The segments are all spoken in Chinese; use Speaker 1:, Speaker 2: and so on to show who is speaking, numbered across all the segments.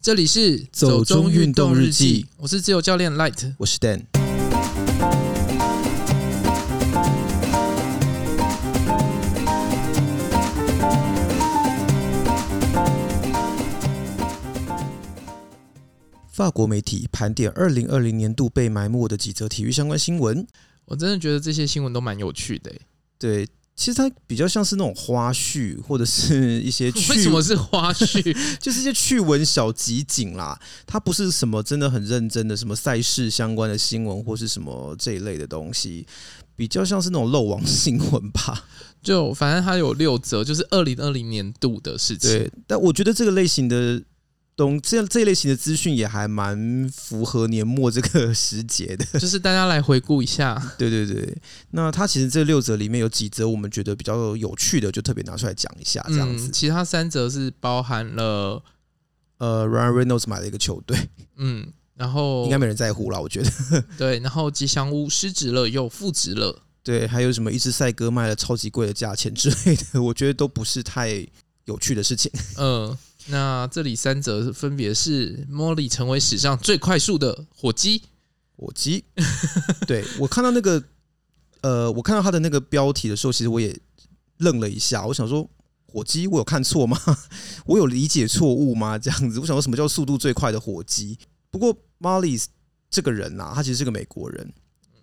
Speaker 1: 这里是
Speaker 2: 走中运动日记，
Speaker 1: 我是自由教练 Light。
Speaker 2: 我是 Dan。法国媒体盘点二零二零年度被埋没的几则体育相关新闻。
Speaker 1: 我真的觉得这些新闻都蛮有趣的、欸。
Speaker 2: 对，其实它比较像是那种花絮，或者是一些趣
Speaker 1: 为什么是花絮？
Speaker 2: 就是一些趣闻小集锦啦，它不是什么真的很认真的什么赛事相关的新闻或是什么这一类的东西，比较像是那种漏网新闻吧。
Speaker 1: 就反正它有六则，就是二零二零年度的事情。
Speaker 2: 对，但我觉得这个类型的东这这一类型的资讯也还蛮符合年末这个时节的。
Speaker 1: 就是大家来回顾一下，
Speaker 2: 对对对，那它其实这六则里面有几则我们觉得比较有趣的，就特别拿出来讲一下这样子
Speaker 1: 嗯、。其他三则是包含了，
Speaker 2: 呃，Ryan Reynolds 买了一个球队，
Speaker 1: 嗯，然后
Speaker 2: 应该没人在乎啦，我觉得。
Speaker 1: 对，然后吉祥物失职了又复职了，
Speaker 2: 对，还有什么一只赛鸽卖了超级贵的价钱之类的，我觉得都不是太有趣的事情。
Speaker 1: 嗯、那这里三则分别是莫莉成为史上最快速的火鸡，
Speaker 2: 火鸡，对我看到那个，呃，我看到他的那个标题的时候，其实我也愣了一下，我想说。火鸡，我有看错吗？ 我有理解错误吗？这样子，我想说什么叫速度最快的火鸡？不过 Molly 这个人呐、啊他其实是个美国人，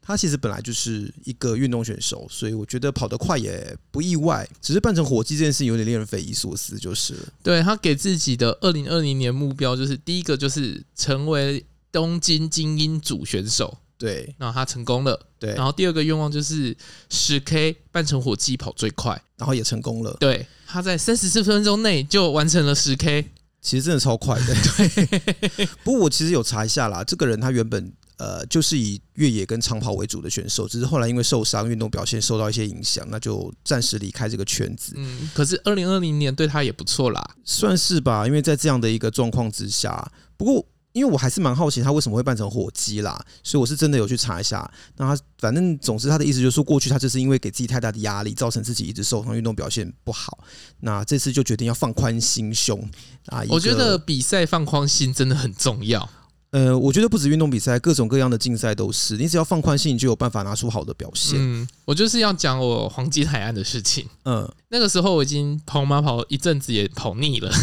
Speaker 2: 他其实本来就是一个运动选手，所以我觉得跑得快也不意外，只是扮成火鸡这件事情有点令人匪夷所思，就是了。
Speaker 1: 对他给自己的二零二零年目标就是第一个就是成为东京精英组选手，
Speaker 2: 对
Speaker 1: 然后他成功了。
Speaker 2: 对，
Speaker 1: 然后第二个愿望就是十 K 半成火鸡跑最快，
Speaker 2: 然后也成功了。
Speaker 1: 对，他在三十四分钟内就完成了十 K。
Speaker 2: 其实真的超快 的。对，不过我其实有查一下啦，这个人他原本呃就是以越野跟长跑为主的选手，只是后来因为受伤，运动表现受到一些影响，那就暂时离开这个圈子，
Speaker 1: 嗯，可是二零二零年对他也不错啦。
Speaker 2: 算是吧。因为在这样的一个状况之下，不过。因为我还是蛮好奇他为什么会扮成火鸡啦，所以我是真的有去查一下。那他反正总之他的意思就是说，过去他就是因为给自己太大的压力，造成自己一直受伤，运动表现不好。那这次就决定要放宽心胸啊！一
Speaker 1: 我觉
Speaker 2: 个
Speaker 1: 得比赛放宽心真的很重要。
Speaker 2: 呃，我觉得不止运动比赛，各种各样的竞赛都是，你只要放宽心，你就有办法拿出好的表现。
Speaker 1: 嗯，我就是要讲我黄金海岸的事情。
Speaker 2: 嗯，
Speaker 1: 那个时候我已经跑马跑一阵子也跑腻了，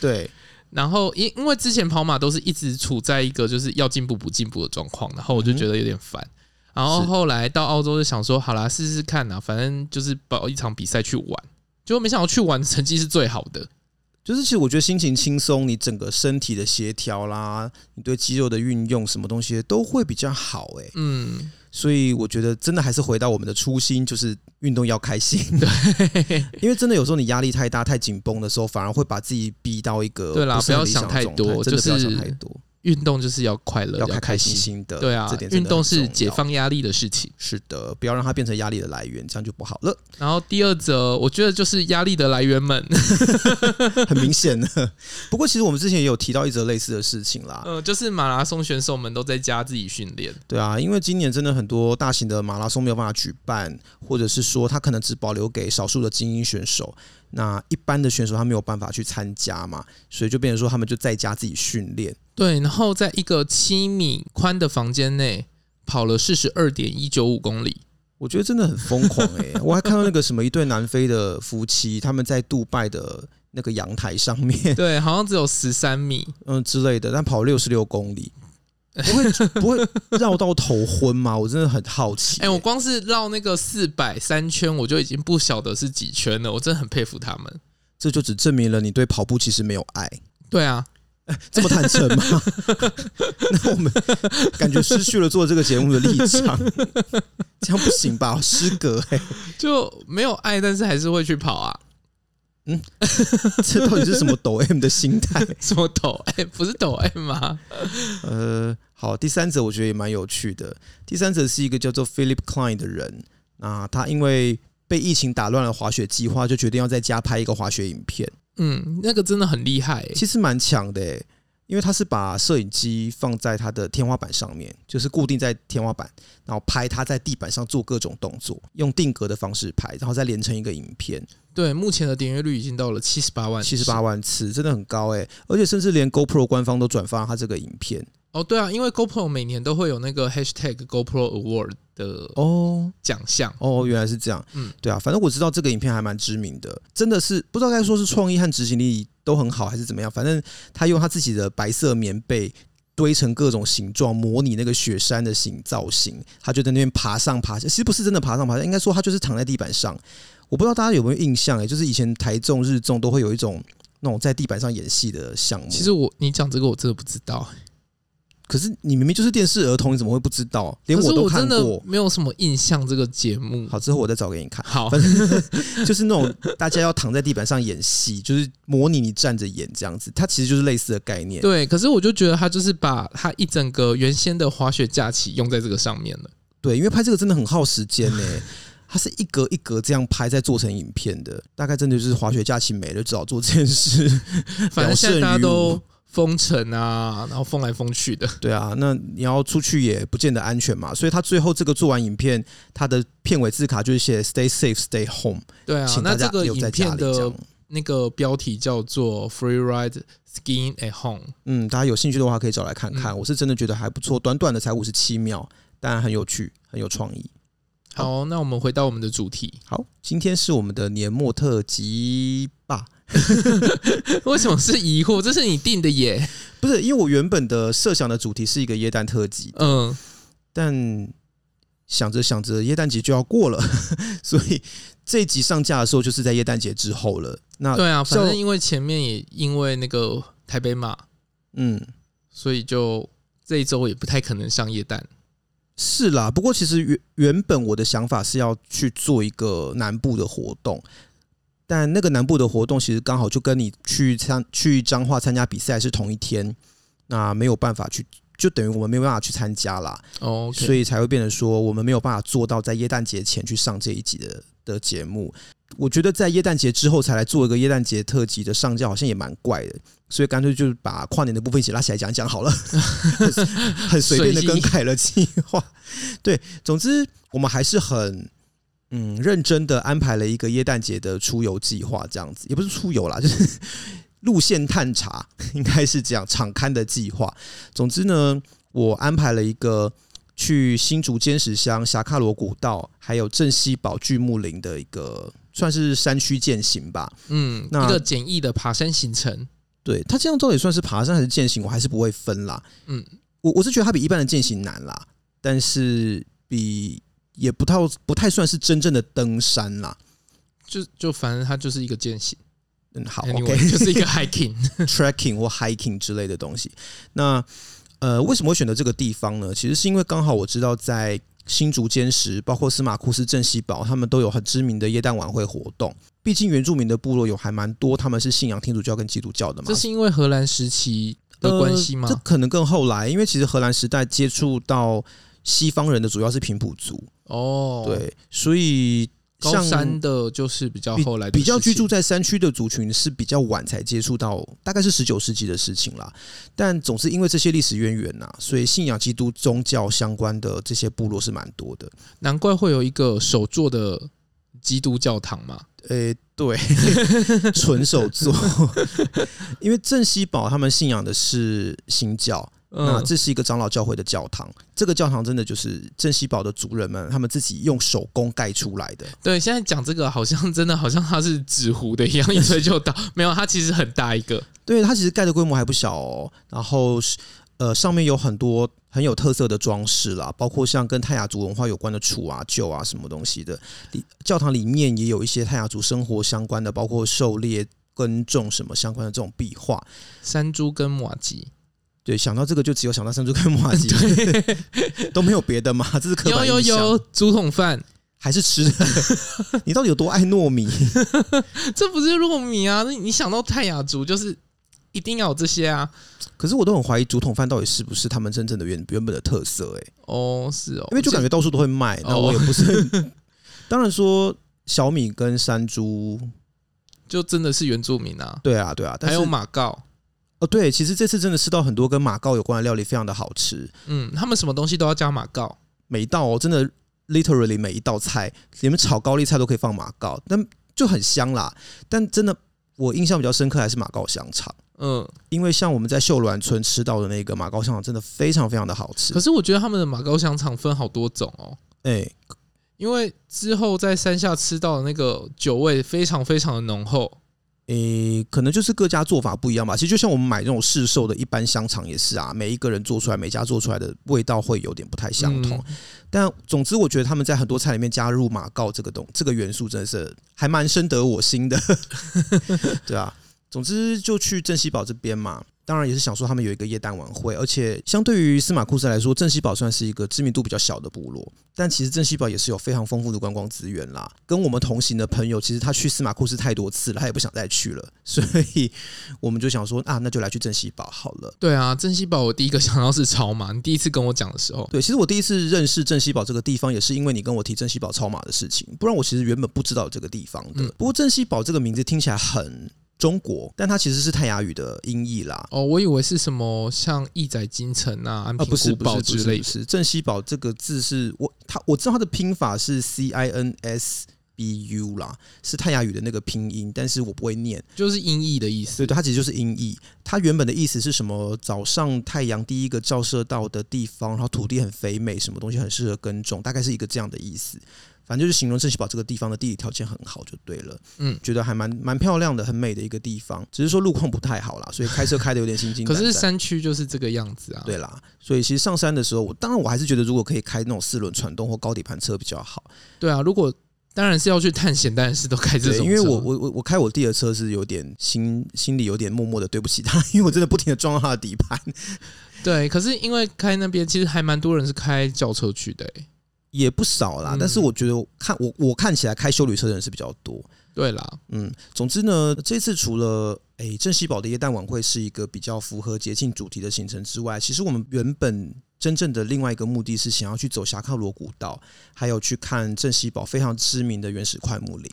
Speaker 2: 对，
Speaker 1: 然后因因为之前跑马都是一直处在一个就是要进步不进步的状况，然后我就觉得有点烦。然后
Speaker 2: 是
Speaker 1: 后来到澳洲就想说，好啦，试试看啦，反正就是报一场比赛去玩。结果没想到去玩成绩是最好的，
Speaker 2: 就是其实我觉得心情轻松，你整个身体的协调啦，你对肌肉的运用，什么东西都会比较好欸诶、
Speaker 1: 嗯，
Speaker 2: 所以我觉得真的还是回到我们的初心，就是运动要开 心。 因为真的有时候你压力太大、太紧绷的时候，反而会把自己逼到一个
Speaker 1: 对啦
Speaker 2: 不是很
Speaker 1: 不要
Speaker 2: 理想
Speaker 1: 想太
Speaker 2: 的状态
Speaker 1: 多
Speaker 2: 真的不要
Speaker 1: 就是
Speaker 2: 想太多，
Speaker 1: 运动就是要快乐，
Speaker 2: 要
Speaker 1: 要
Speaker 2: 开开心
Speaker 1: 心。
Speaker 2: 心的。
Speaker 1: 对啊
Speaker 2: 这点，真
Speaker 1: 运
Speaker 2: 的
Speaker 1: 动
Speaker 2: 很
Speaker 1: 是
Speaker 2: 重
Speaker 1: 解
Speaker 2: 要。
Speaker 1: 放压力的事情。
Speaker 2: 是的，不要让它变成压力的来源，这样就不好了。
Speaker 1: 然后第二则，我觉得就是压力的来源们，
Speaker 2: 很明显的。 不过其实我们之前也有提到一则类似的事情啦，
Speaker 1: 呃，就是马拉松选手们都在家自己训练。
Speaker 2: 对啊，因为今年真的很多大型的马拉松没有办法举办，或者是说它可能只保留给少数的精英选手，那一般的选手他没有办法去参加嘛，所以就变成说他们就在家自己训练。
Speaker 1: 对，然后在一个七米宽的房间内跑了四十二点一九五公里。
Speaker 2: 我觉得真的很疯狂诶、 我还看到那个什么一对南非的夫妻，他们在杜拜的那个阳台上面，
Speaker 1: 对，好像只有十三米。
Speaker 2: 嗯之类的，但跑六十六公里，不会不会绕到头昏吗？我真的很好奇、
Speaker 1: 哎、我光是绕那个四百三圈，我就已经不晓得是几圈了。我真的很佩服他们。
Speaker 2: 这就只证明了你对跑步其实没有爱，
Speaker 1: 对啊，
Speaker 2: 这么坦诚吗？ 那我们感觉失去了做这个节目的立场，这样不行吧？失格 哎、
Speaker 1: 就没有爱，但是还是会去跑啊。
Speaker 2: 这到底是什么抖 M 的心态？
Speaker 1: 什么抖 M？不是哎抖 M 吗？
Speaker 2: 呃，好，第三则我觉得也蛮有趣的。第三则是一个叫做 Philip Klein 的人，那他因为被疫情打乱了滑雪计划，就决定要在家拍一个滑雪影片，
Speaker 1: 嗯，那个真的很厉害、欸。
Speaker 2: 其实蛮强的、欸。因为他是把摄影机放在他的天花板上面，就是固定在天花板，然后拍他在地板上做各种动作，用定格的方式拍，然后再连成一个影片，
Speaker 1: 对，目前的点阅率已经到了七十八万，
Speaker 2: 七十八万次，真的很高哎、而且甚至连 GoPro 官方都转发他这个影片
Speaker 1: 哦，对啊，因为 GoPro 每年都会有那个 hashtag GoPro Award 的
Speaker 2: 哦
Speaker 1: 奖项，
Speaker 2: 哦，原来是这样，
Speaker 1: 嗯
Speaker 2: 对啊，反正我知道这个影片还蛮知名的，真的是不知道该说是创意和执行力都很好，还是怎么样，反正他用他自己的白色棉被。堆成各种形状，模拟那个雪山的形造型，他就在那边爬上爬下。其实不是真的爬上爬下，应该说他就是躺在地板上。我不知道大家有没有印象、欸，就是以前台中、日中都会有一种那种在地板上演戏的项目。
Speaker 1: 其实我你讲这个我真的不知道，
Speaker 2: 可是你明明就是电视儿童，你怎么会不知道？连
Speaker 1: 可是
Speaker 2: 都
Speaker 1: 我
Speaker 2: 看
Speaker 1: 真的
Speaker 2: 过。
Speaker 1: 没有什么印象这个节目。
Speaker 2: 好，之后我再找给你看。
Speaker 1: 好，
Speaker 2: 反正就是那种大家要躺在地板上演戏，就是模拟你站着演这样子，它其实就是类似的概念。
Speaker 1: 对，可是我就觉得他就是把他一整个原先的滑雪假期用在这个上面了。
Speaker 2: 对，因为拍这个真的很耗时间呢、它是一格一格这样拍，再做成影片的。大概真的就是滑雪假期没了，只好做这件事。
Speaker 1: 反正现在大家
Speaker 2: 聊胜于
Speaker 1: 都
Speaker 2: 无
Speaker 1: 封城啊，然后封来封去的。
Speaker 2: 对啊，那你要出去也不见得安全嘛。所以他最后这个做完影片，他的片尾字卡就是写 “Stay safe, stay home”，
Speaker 1: 对啊
Speaker 2: 请，
Speaker 1: 那
Speaker 2: 大
Speaker 1: 这
Speaker 2: 家
Speaker 1: 个
Speaker 2: 留在
Speaker 1: 影
Speaker 2: 家
Speaker 1: 片
Speaker 2: 里这
Speaker 1: 的
Speaker 2: 样。
Speaker 1: 那个标题叫做《Free Ride Skiing at Home》。
Speaker 2: 嗯，大家有兴趣的话可以找来看看，
Speaker 1: 嗯
Speaker 2: 我是真的觉得还不错，短短的才五十七秒，但很有趣，很有创意。
Speaker 1: 好，那我们回到我们的主题，
Speaker 2: 好，今天是我们的年末特辑吧？
Speaker 1: 为什么是疑惑？这是你定的耶。
Speaker 2: 不是，因为我原本的设想的主题是一个耶诞特辑，
Speaker 1: 嗯，
Speaker 2: 但想着想着耶诞节就要过了， 所以这一集上架的时候就是在耶诞节之后了。那
Speaker 1: 对啊，反
Speaker 2: 就
Speaker 1: 正因为前面也因为那个台北马，
Speaker 2: 嗯，
Speaker 1: 所以就这一周也不太可能上夜蛋。
Speaker 2: 是啦，不过其实原原本我的想法是要去做一个南部的活动，但那个南部的活动其实刚好就跟你去参去彰化参加比赛是同一天，那没有办法去，就等于我们没有办法去参加啦
Speaker 1: 哦、
Speaker 2: 所
Speaker 1: 以
Speaker 2: 以才会变成说我们没有办法做到在耶诞节前去上这一集的的节目。我觉得在耶诞节之后才来做一个耶诞节特辑的上架，好像也蛮怪的，所以干脆就把跨年的部分一起拉起来讲讲好了，很很随便的更改了计划。对，总之我们还是很。嗯，认真的安排了一个耶诞节的出游计划，这样子也不是出游啦， 就是路线探查，应该是这样场刊的计划。总之呢，我安排了一个去新竹尖石乡、霞卡罗古道，还有镇西堡巨木林的一个算是山区践行吧。
Speaker 1: 嗯，
Speaker 2: 那
Speaker 1: 一个简易的爬山行程。
Speaker 2: 对，它这样到底算是爬山还是践行，我还是不会分啦。
Speaker 1: 嗯，
Speaker 2: 我我是觉得它比一般的践行难啦，但是比也不太不太算是真正的登山啦。
Speaker 1: 就就反正它就是一个践行
Speaker 2: 嗯，好
Speaker 1: a n y w a
Speaker 2: ，OK，
Speaker 1: y 就是一个 hiking。
Speaker 2: trekking 或 hiking 之类的东西。那呃，为什么会选择这个地方呢？其实是因为刚好我知道在新竹尖石，包括司马库斯、镇西堡，他们都有很知名的耶诞晚会活动。毕竟原住民的部落有还蛮多，他们是信仰天主教跟基督教的嘛
Speaker 1: 这。是因为荷兰时期的关系吗
Speaker 2: 呃？这可能更后来，因为其实荷兰时代接触到西方人的主要是平埔族，
Speaker 1: 哦，，
Speaker 2: 对，所以
Speaker 1: 高
Speaker 2: 像
Speaker 1: 山的就是比较后来的
Speaker 2: 比较
Speaker 1: 事情
Speaker 2: 居住在山区的族群是比较晚才接触到，大概是十九世纪的事情啦。但总是因为这些历史渊源呐、所以信仰基督宗教相关的这些部落是蛮多的。
Speaker 1: 难怪会有一个手做的基督教堂嘛。
Speaker 2: 诶、对， 纯手做，因为镇西堡他们信仰的是新教，那
Speaker 1: 嗯，
Speaker 2: 这是一个长老教会的教堂。这个教堂真的就是镇西堡的族人们他们自己用手工盖出来的。
Speaker 1: 对，现在讲这个好像真的好像它是纸糊的一样，一吹就倒。没有，它其实很大一个。
Speaker 2: 对，它其实盖的规模还不小哦。然后是呃，上面有很多很有特色的装饰啦，包括像跟泰雅族文化有关的杵啊、臼啊什么东西的。里教堂里面也有一些泰雅族生活相关的，包括狩猎、耕种什么相关的这种壁画。
Speaker 1: 山猪跟马吉，
Speaker 2: 对，想到这个就只有想到山猪跟马吉， 都没有别的嘛，这是刻
Speaker 1: 有
Speaker 2: 板
Speaker 1: 有
Speaker 2: 印象。
Speaker 1: 有，竹筒饭，
Speaker 2: 还是吃的？ 你到底有多爱糯米？
Speaker 1: 这不是糯米啊！那你想到泰雅族，就是一定要有这些啊。
Speaker 2: 可是我都很怀疑竹筒饭到底是不是他们真正的原原本的特色、欸？
Speaker 1: 哦，是哦，
Speaker 2: 因为就感觉到处都会卖，那我也不是 很。当然说小米跟山猪，
Speaker 1: 就就真的是原住民啊，
Speaker 2: 对啊对啊，但
Speaker 1: 还
Speaker 2: 是
Speaker 1: 有马告，
Speaker 2: 哦哦，对，其实这次真的吃到很多跟马告有关的料理，非常的好吃。
Speaker 1: 嗯，他们什么东西都要加马告，
Speaker 2: 每一道、哦、真的 literally 每一道菜，你们炒高丽菜都可以放马告，但就很香啦。但真的我印象比较深刻还是马告香肠，
Speaker 1: 嗯，
Speaker 2: 因为像我们在秀峦村吃到的那个马告香肠，真的非常非常的好吃
Speaker 1: 可。是我觉得他们的马告香肠分好多种哦，
Speaker 2: 哎、
Speaker 1: 因为之后在山下吃到的那个酒味非常非常的浓厚，
Speaker 2: 诶、可能就是各家做法不一样吧。其实就像我们买那种市售的一般香肠也是啊，每一个人做出来，每家做出来的味道会有点不太相
Speaker 1: 嗯
Speaker 2: 同。但总之，我觉得他们在很多菜里面加入马告这个东这个元素，真的是还蛮深得我心的， 对啊。总之，就去镇西堡这边嘛。当然也是想说，他们有一个夜蛋晚会，而且相对于司马库斯来说，镇西堡算是一个知名度比较小的部落，但其实镇西堡也是有非常丰富的观光资源啦。跟我们同行的朋友，其实他去司马库斯太多次了，他也不想再去了，所以我们就想说啊，那就来去镇西堡好了。
Speaker 1: 对啊，珍稀堡我第一个想到是超马，你第一次跟我讲的时候，
Speaker 2: 对，其实我第一次认识镇西堡这个地方，也是因为你跟我提镇西堡超马的事情，不然我其实原本不知道这个地方的。
Speaker 1: 嗯
Speaker 2: 不过镇西堡这个名字听起来很中国，但它其实是泰雅语的音译啦。
Speaker 1: 哦，我以为是什么像义载金城啊、安
Speaker 2: 啊，
Speaker 1: 平
Speaker 2: 不是
Speaker 1: 古
Speaker 2: 不是
Speaker 1: 堡
Speaker 2: 不
Speaker 1: 之
Speaker 2: 是
Speaker 1: 类
Speaker 2: 不
Speaker 1: 的，
Speaker 2: 是，镇西堡这个字是我它我知道它的拼法是 C I N S B U 啦，是泰雅语的那个拼音，但是我不会念。
Speaker 1: 就是音译的意思
Speaker 2: 对。对，它其实就是音译。它原本的意思是什么？早上太阳第一个照射到的地方，然后土地很肥美，什么东西很适合耕种，大概是一个这样的意思。反正就是形容镇西堡这个地方的地理条件很好就对了。
Speaker 1: 嗯，
Speaker 2: 觉得还蛮蛮漂亮的，很美的一个地方。只是说路况不太好啦，所以开车开的有点心惊
Speaker 1: 可
Speaker 2: 胆战。
Speaker 1: 是山区就是这个样子啊。
Speaker 2: 对啦，所以其实上山的时候，我当然我还是觉得，如果可以开那种四轮传动或高底盘车比较好。
Speaker 1: 对啊，如果当然是要去探险，当然是都开这
Speaker 2: 对，
Speaker 1: 种车。
Speaker 2: 因为我我我我开我弟的车是有点心心里有点默默的对不起他，因为我真的不停的撞到他的底盘。
Speaker 1: 对，可是因为开那边其实还蛮多人是开轿车去的、欸。
Speaker 2: 也不少啦，
Speaker 1: 嗯
Speaker 2: 但是我觉得我看我我看起来开修旅车的人是比较多。
Speaker 1: 对啦，
Speaker 2: 嗯，总之呢，这次除了诶镇西堡的耶诞晚会是一个比较符合节庆主题的行程之外，其实我们原本真正的另外一个目的是想要去走侠靠罗古道，还有去看镇西堡非常知名的原始块木林。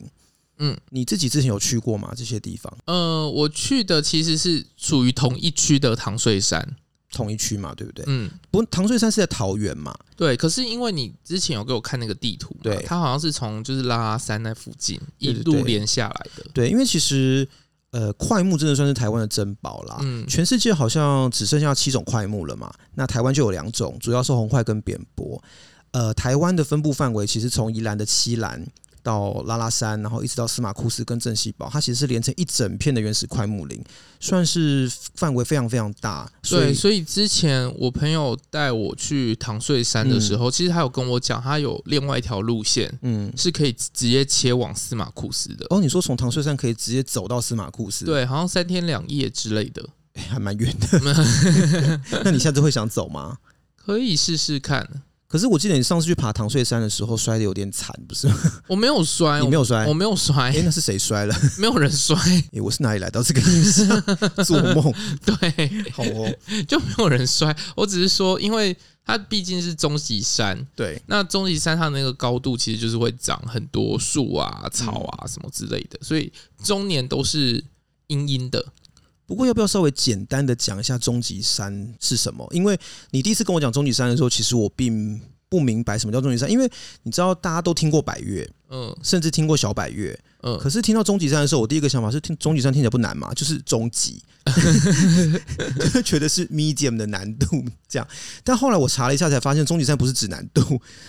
Speaker 1: 嗯，
Speaker 2: 你自己之前有去过吗？这些地方
Speaker 1: 呃，我去的其实是属于同一区的糖水山。
Speaker 2: 同一区嘛，对不对？
Speaker 1: 嗯，
Speaker 2: 不过唐穗山是在桃园嘛，
Speaker 1: 对。可是因为你之前有给我看那个地图嘛，
Speaker 2: 对
Speaker 1: 它好像是从就是拉拉山那附近一
Speaker 2: 对对
Speaker 1: 路
Speaker 2: 对
Speaker 1: 连下来的。
Speaker 2: 对，因为其实呃块木真的算是台湾的珍宝啦。
Speaker 1: 嗯，
Speaker 2: 全世界好像只剩下七种块木了嘛，那台湾就有两种，主要是红块跟扁柏。呃，台湾的分布范围其实从宜兰的七兰到拉拉山，然后一直到司马库斯跟镇西堡，它其实是连成一整片的原始块木林，算是范围非常非常大。所
Speaker 1: 对，
Speaker 2: 以
Speaker 1: 所以之前我朋友带我去糖穗山的时候，其实他有跟我讲，他有另外一条路线
Speaker 2: 嗯，
Speaker 1: 是可以直接切往司马库斯的。
Speaker 2: 哦，你说从唐穗山可以直接走到司马库斯，，哎
Speaker 1: 对，好像三天两夜之类的，
Speaker 2: 还蛮远 的。那你下次会想走吗？
Speaker 1: 可以试试看。
Speaker 2: 可是我记得你上次去爬唐穗山的时候摔的有点惨，不是吗？
Speaker 1: 我没有摔，
Speaker 2: 你没有摔
Speaker 1: 我，我没有摔
Speaker 2: 哎、，那是谁摔了？
Speaker 1: 没有人摔，
Speaker 2: 诶，我是哪里来到这个印象？做 梦，
Speaker 1: 对，
Speaker 2: 好哦。
Speaker 1: 就没有人摔。 我只是说，因为它毕竟是终极山，
Speaker 2: 对，
Speaker 1: 那终极山它那个高度其实就是会长很多树啊、草
Speaker 2: 嗯
Speaker 1: 啊什么之类的，所以终年都是阴阴的。
Speaker 2: 不过要不要稍微简单的讲一下终极山是什么？因为你第一次跟我讲终极山的时候，其实我并不明白什么叫终极山，因为你知道大家都听过百越，
Speaker 1: 嗯
Speaker 2: 甚至听过小百越，
Speaker 1: 嗯，
Speaker 2: 可是听到终极山的时候，我第一个想法是听终极山听起来不难嘛，就是终 极， 就觉得是 medium 的难度这样。但后来我查了一下，才发现终极山不是指难度，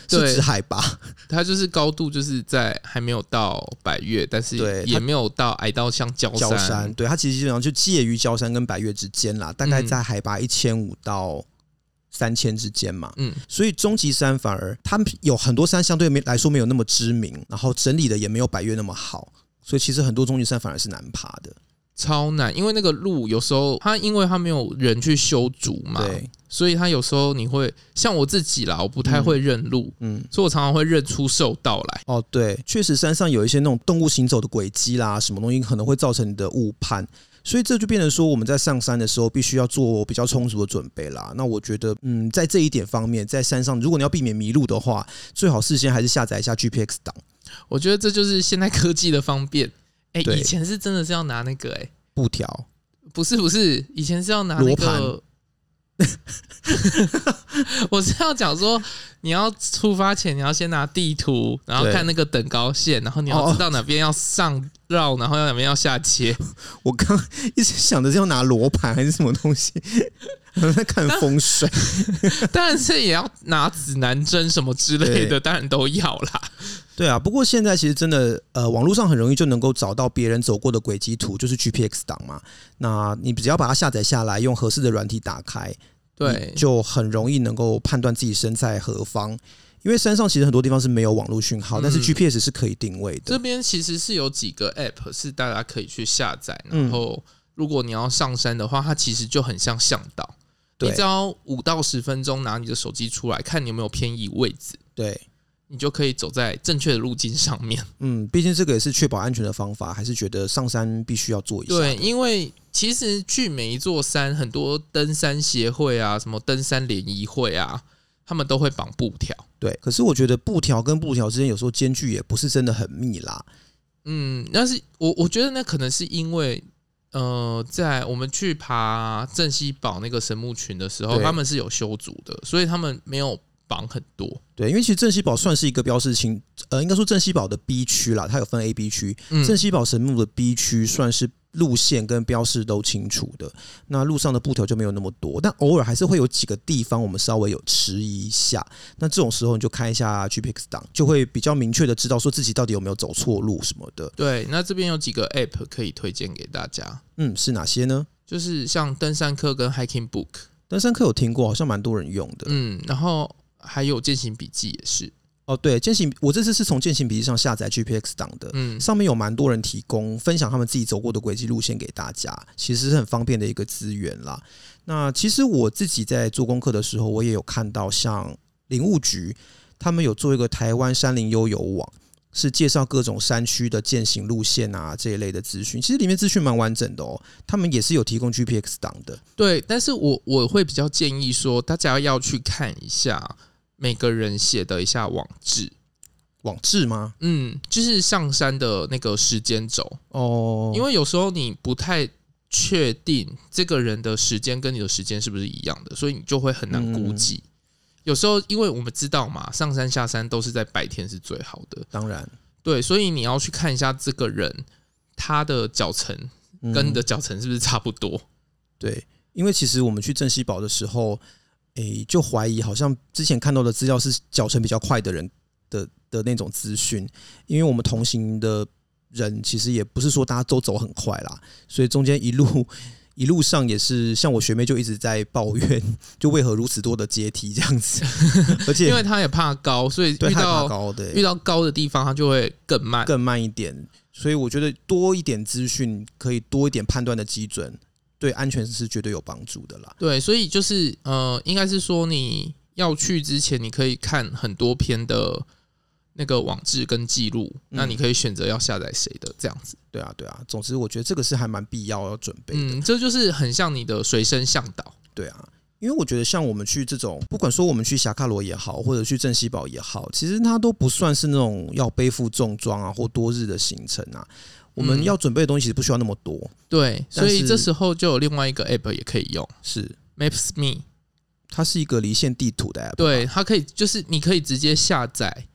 Speaker 1: 对
Speaker 2: 是指海拔。
Speaker 1: 它就是高度就是在还没有到百越，但是
Speaker 2: 对
Speaker 1: 也
Speaker 2: 它
Speaker 1: 没有到矮到像焦
Speaker 2: 焦山，对它其实基本上就介于焦山跟百越之间啦，大概在海拔一千五到三千之间嘛。
Speaker 1: 嗯，
Speaker 2: 所以终极山反而它有很多山相对没来说没有那么知名，然后整理的也没有百越那么好，所以其实很多终极山反而是难爬的。
Speaker 1: 超难，因为那个路有时候它因为它没有人去修筑嘛，
Speaker 2: 对，
Speaker 1: 所以它有时候你会像我自己啦，我不太会认路，
Speaker 2: 嗯。
Speaker 1: 所以我常常会认出兽道来。
Speaker 2: 哦，对，确实山上有一些那种动物行走的轨迹啦，什么东西可能会造成你的误判，所以这就变成说我们在上山的时候必须要做比较充足的准备啦。那我觉得，嗯，在这一点方面，在山上如果你要避免迷路的话，最好事先还是下载一下 GPX 档，
Speaker 1: 我 觉得这就是现代科技的方便。哎、
Speaker 2: 对
Speaker 1: 以前是真的是要拿那个哎、
Speaker 2: 布条。
Speaker 1: 不是不是，以前是要拿那
Speaker 2: 罗
Speaker 1: 个， 我是要讲说，你要出发前，你要先拿地图，然后
Speaker 2: 对
Speaker 1: 看那个等高线，然后你
Speaker 2: 哦
Speaker 1: 要知道哪边要上绕，然后要哪边要下 切。
Speaker 2: 我刚一直想着是要拿罗盘还是什么东西， 我在看风水。
Speaker 1: 当然是也要拿指南针什么之类的，
Speaker 2: 对
Speaker 1: 当然都要啦。
Speaker 2: 对啊，不过现在其实真的，呃，网络上很容易就能够找到别人走过的轨迹图，就是 GPX 档嘛。那你只要把它下载下来，用合适的软体打开，
Speaker 1: 对
Speaker 2: 你，就很容易能够判断自己身在何方。因为山上其实很多地方是没有网络讯号，但是
Speaker 1: 嗯
Speaker 2: GPS 是可以定位的。
Speaker 1: 这边其实是有几个 app 是大家可以去下载，
Speaker 2: 嗯
Speaker 1: 然后如果你要上山的话，它其实就很像向导，你
Speaker 2: 对
Speaker 1: 只要五到十分钟拿你的手机出来，看你有没有偏移位置，
Speaker 2: 对，
Speaker 1: 你就可以走在正确的路径上 面。
Speaker 2: 嗯，毕竟这个也是确保安全的方法，还是觉得上山必须要做一下。
Speaker 1: 对，因为其实去每一座山，很多登山协会啊，什么登山联谊会啊，他们都会绑布条。
Speaker 2: 对，可是我觉得布条跟布条之间有时候间距也不是真的很密啦。
Speaker 1: 嗯，但是我我觉得那可能是因为，呃，在我们去爬镇西堡那个神木群的时候，
Speaker 2: 对
Speaker 1: 他们是有修足的，所以他们没有绑很多。
Speaker 2: 对，因为其实镇西堡算是一个标示性，呃，应该说镇西堡的 B 区啦，它有分 A、B 区。
Speaker 1: 嗯，
Speaker 2: 镇西堡神木的 B 区算是路线跟标示都清楚的，那路上的布条就没有那么多，但偶尔还是会有几个地方我们稍微有迟疑一下。那这种时候你就看一下 GPX 档，就会比较明确的知道说自己到底有没有走错路什么的。
Speaker 1: 对。那这边有几个 App 可以推荐给大家，
Speaker 2: 嗯，是哪些呢？
Speaker 1: 就是像登山课跟 Hiking Book，
Speaker 2: 登山课有听过，好像蛮多人用的。
Speaker 1: 嗯，然后还有践行笔记也是，
Speaker 2: 哦，对，践行，我这次是从践行笔记上下载 GPX 档的，
Speaker 1: 嗯，
Speaker 2: 上面有蛮多人提供分享他们自己走过的轨迹路线给大家，其实是很方便的一个资源啦。那其实我自己在做功课的时候，我也有看到像林务局他们有做一个台湾山林悠游网，是介绍各种山区的践行路线啊这一类的资讯，其实里面资讯蛮完整的哦。他们也是有提供 GPX 档的，
Speaker 1: 对。但是我我会比较建议说，大家要去看一下每个人写的一下网志。
Speaker 2: 网志吗？
Speaker 1: 嗯，就是上山的那个时间轴，
Speaker 2: 哦，
Speaker 1: 因为有时候你不太确定这个人的时间跟你的时间是不是一样的，所以你就会很难估计。
Speaker 2: 嗯
Speaker 1: 有时候，因为我们知道嘛，上山下山都是在白天是最好的，
Speaker 2: 当然、
Speaker 1: 对，所以你要去看一下这个人他的脚程
Speaker 2: 嗯
Speaker 1: 跟你的脚程是不是差不多。
Speaker 2: 对，因为其实我们去镇西堡的时候，诶、就怀疑好像之前看到的资料是脚程比较快的人的的那种资讯，因为我们同行的人其实也不是说大家都走很快啦，所以中间一路。一路上也是，像我学妹就一直在抱怨，就为何如此多的阶梯这样子， 而且
Speaker 1: 因为他也怕高，所以
Speaker 2: 对
Speaker 1: 遇
Speaker 2: 害怕
Speaker 1: 到
Speaker 2: 高的、
Speaker 1: 遇到高的地方，他就会更慢。
Speaker 2: 更慢一点，所以我觉得多一点资讯可以多一点判断的基准，对安全是绝对有帮助的啦。
Speaker 1: 对，所以就是呃，应该是说你要去之前，你可以看很多篇的那个网志跟记录，那
Speaker 2: 嗯
Speaker 1: 你可以选择要下载谁的这样子。
Speaker 2: 对啊，对啊，总之我觉得这个是还蛮必要要准备的。
Speaker 1: 嗯，这就是很像你的随身向导。
Speaker 2: 对啊，因为我觉得像我们去这种，不管说我们去侠卡罗也好，或者去镇西堡也好，其实它都不算是那种要背负重装啊或多日的行程啊。我们
Speaker 1: 嗯
Speaker 2: 要准备的东西其实不需要那么多，
Speaker 1: 对，所
Speaker 2: 但
Speaker 1: 以
Speaker 2: 是
Speaker 1: 这时候就有另外一个 app 也可以用
Speaker 2: 是
Speaker 1: ，Maps Me。
Speaker 2: 它是一个离线地图的 app，
Speaker 1: 对，它可以就是你可以直接下载，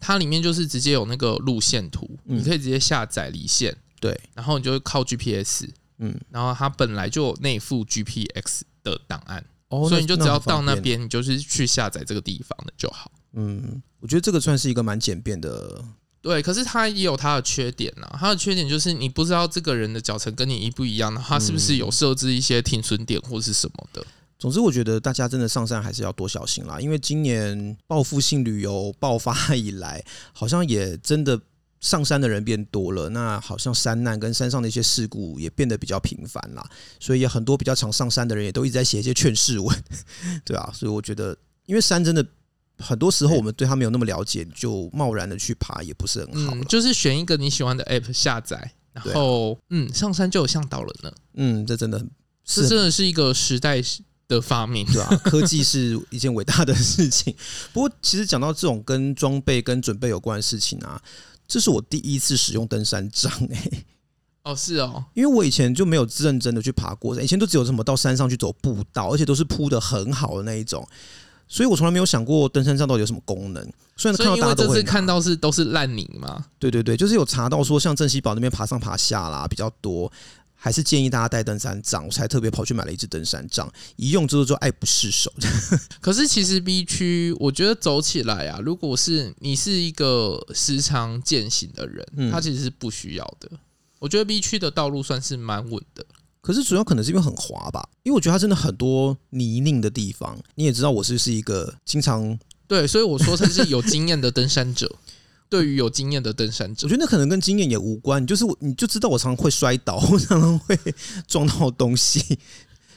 Speaker 1: 它里面就是直接有那个路线图，
Speaker 2: 嗯
Speaker 1: 你可以直接下载离线，
Speaker 2: 对，
Speaker 1: 然后你就靠 GPS，
Speaker 2: 嗯，
Speaker 1: 然后它本来就有内附 GPX 的档案。
Speaker 2: 哦
Speaker 1: 所以你就只要
Speaker 2: 很
Speaker 1: 到
Speaker 2: 方
Speaker 1: 那
Speaker 2: 便
Speaker 1: 边，你就是去下载这个地方的就好。
Speaker 2: 嗯，我觉得这个算是一个蛮简便的，
Speaker 1: 对，可是它也有它的缺点啊。它的缺点就是你不知道这个人的脚程跟你一不一样，然后他是不
Speaker 2: 嗯
Speaker 1: 是有设置一些停损点或是什么的。
Speaker 2: 总之，我觉得大家真的上山还是要多小心啦，因为今年报复性旅游爆发以来，好像也真的上山的人变多了，那好像山难跟山上的一些事故也变得比较频繁啦，所以也很多比较常上山的人也都一直在写一些劝世文， 对啊，所以我觉得，因为山真的很多时候我们对它没有那么了解，就贸然的去爬也不是很好
Speaker 1: 嗯，
Speaker 2: 了。
Speaker 1: 就是选一个你喜欢的 app 下载，然
Speaker 2: 对啊
Speaker 1: 后、嗯上山就有向导了呢。
Speaker 2: 嗯，这真的很
Speaker 1: 这
Speaker 2: 是很
Speaker 1: 真的是一个时代的发明。
Speaker 2: 对啊，科技是一件伟大的事情。不过，其实讲到这种跟装备跟准备有关的事情啊，这是我第一次使用登山杖诶、
Speaker 1: 哦，是哦，
Speaker 2: 因为我以前就没有认真的去爬过山，以前都只有什么到山上去走步道，而且都是铺的很好的那一种，所以我从来没有想过登山杖到底有什么功能。虽然
Speaker 1: 所
Speaker 2: 看到
Speaker 1: 以因
Speaker 2: 大家
Speaker 1: 为
Speaker 2: 都
Speaker 1: 这
Speaker 2: 会
Speaker 1: 次
Speaker 2: 拿，
Speaker 1: 看到是都是烂泥嘛，
Speaker 2: 对对对，就是有查到说像镇西堡那边爬上爬下啦比较多，还是建议大家带登山杖，我才特别跑去买了一支登山杖，一用之后就爱不释手。
Speaker 1: 可是其实 B 区，我觉得走起来啊，如果是你是一个时常践行的人，
Speaker 2: 嗯
Speaker 1: 他其实是不需要的。我觉得 B 区的道路算是蛮稳的，
Speaker 2: 可是主要可能是因为很滑吧，因为我觉得它真的很多泥泞的地方。你也知道，我是是一个经常
Speaker 1: 对，所以我说他是有经验的登山 者。对于有经验的登山
Speaker 2: 我
Speaker 1: 者，
Speaker 2: 觉得那可能跟经验也无关，就是我你就知道我常常会摔倒， 我常常会撞到东西，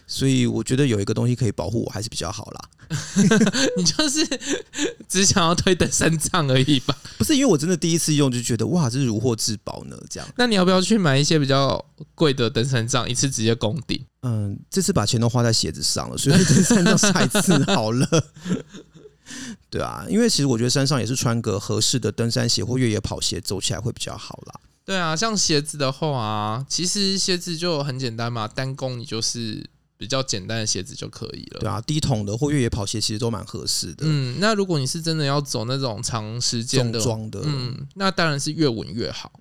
Speaker 2: 所以我觉得有一个东西可以保护我还是比较好啦。
Speaker 1: 你就是只想要推登山杖而已吧？
Speaker 2: 不是因为我真的第一次用就觉得哇，这是如获至宝呢，这样。
Speaker 1: 那你要不要去买一些比较贵的登山杖，一次直接攻顶？
Speaker 2: 嗯，这次把钱都花在鞋子上了，所以登山杖下一次好了。 对啊，因为其实我觉得山上也是穿个合适的登山鞋或越野跑鞋走起来会比较好啦。
Speaker 1: 对啊，像鞋子的话啊，其实鞋子就很简单嘛，单攻你就是比较简单的鞋子就可以了
Speaker 2: 对。啊，低筒的或越野跑鞋其实都蛮合适的，
Speaker 1: 嗯，那如果你是真的要走那种长时间
Speaker 2: 重
Speaker 1: 的，
Speaker 2: 装的，嗯
Speaker 1: 嗯，那当然是越稳越好。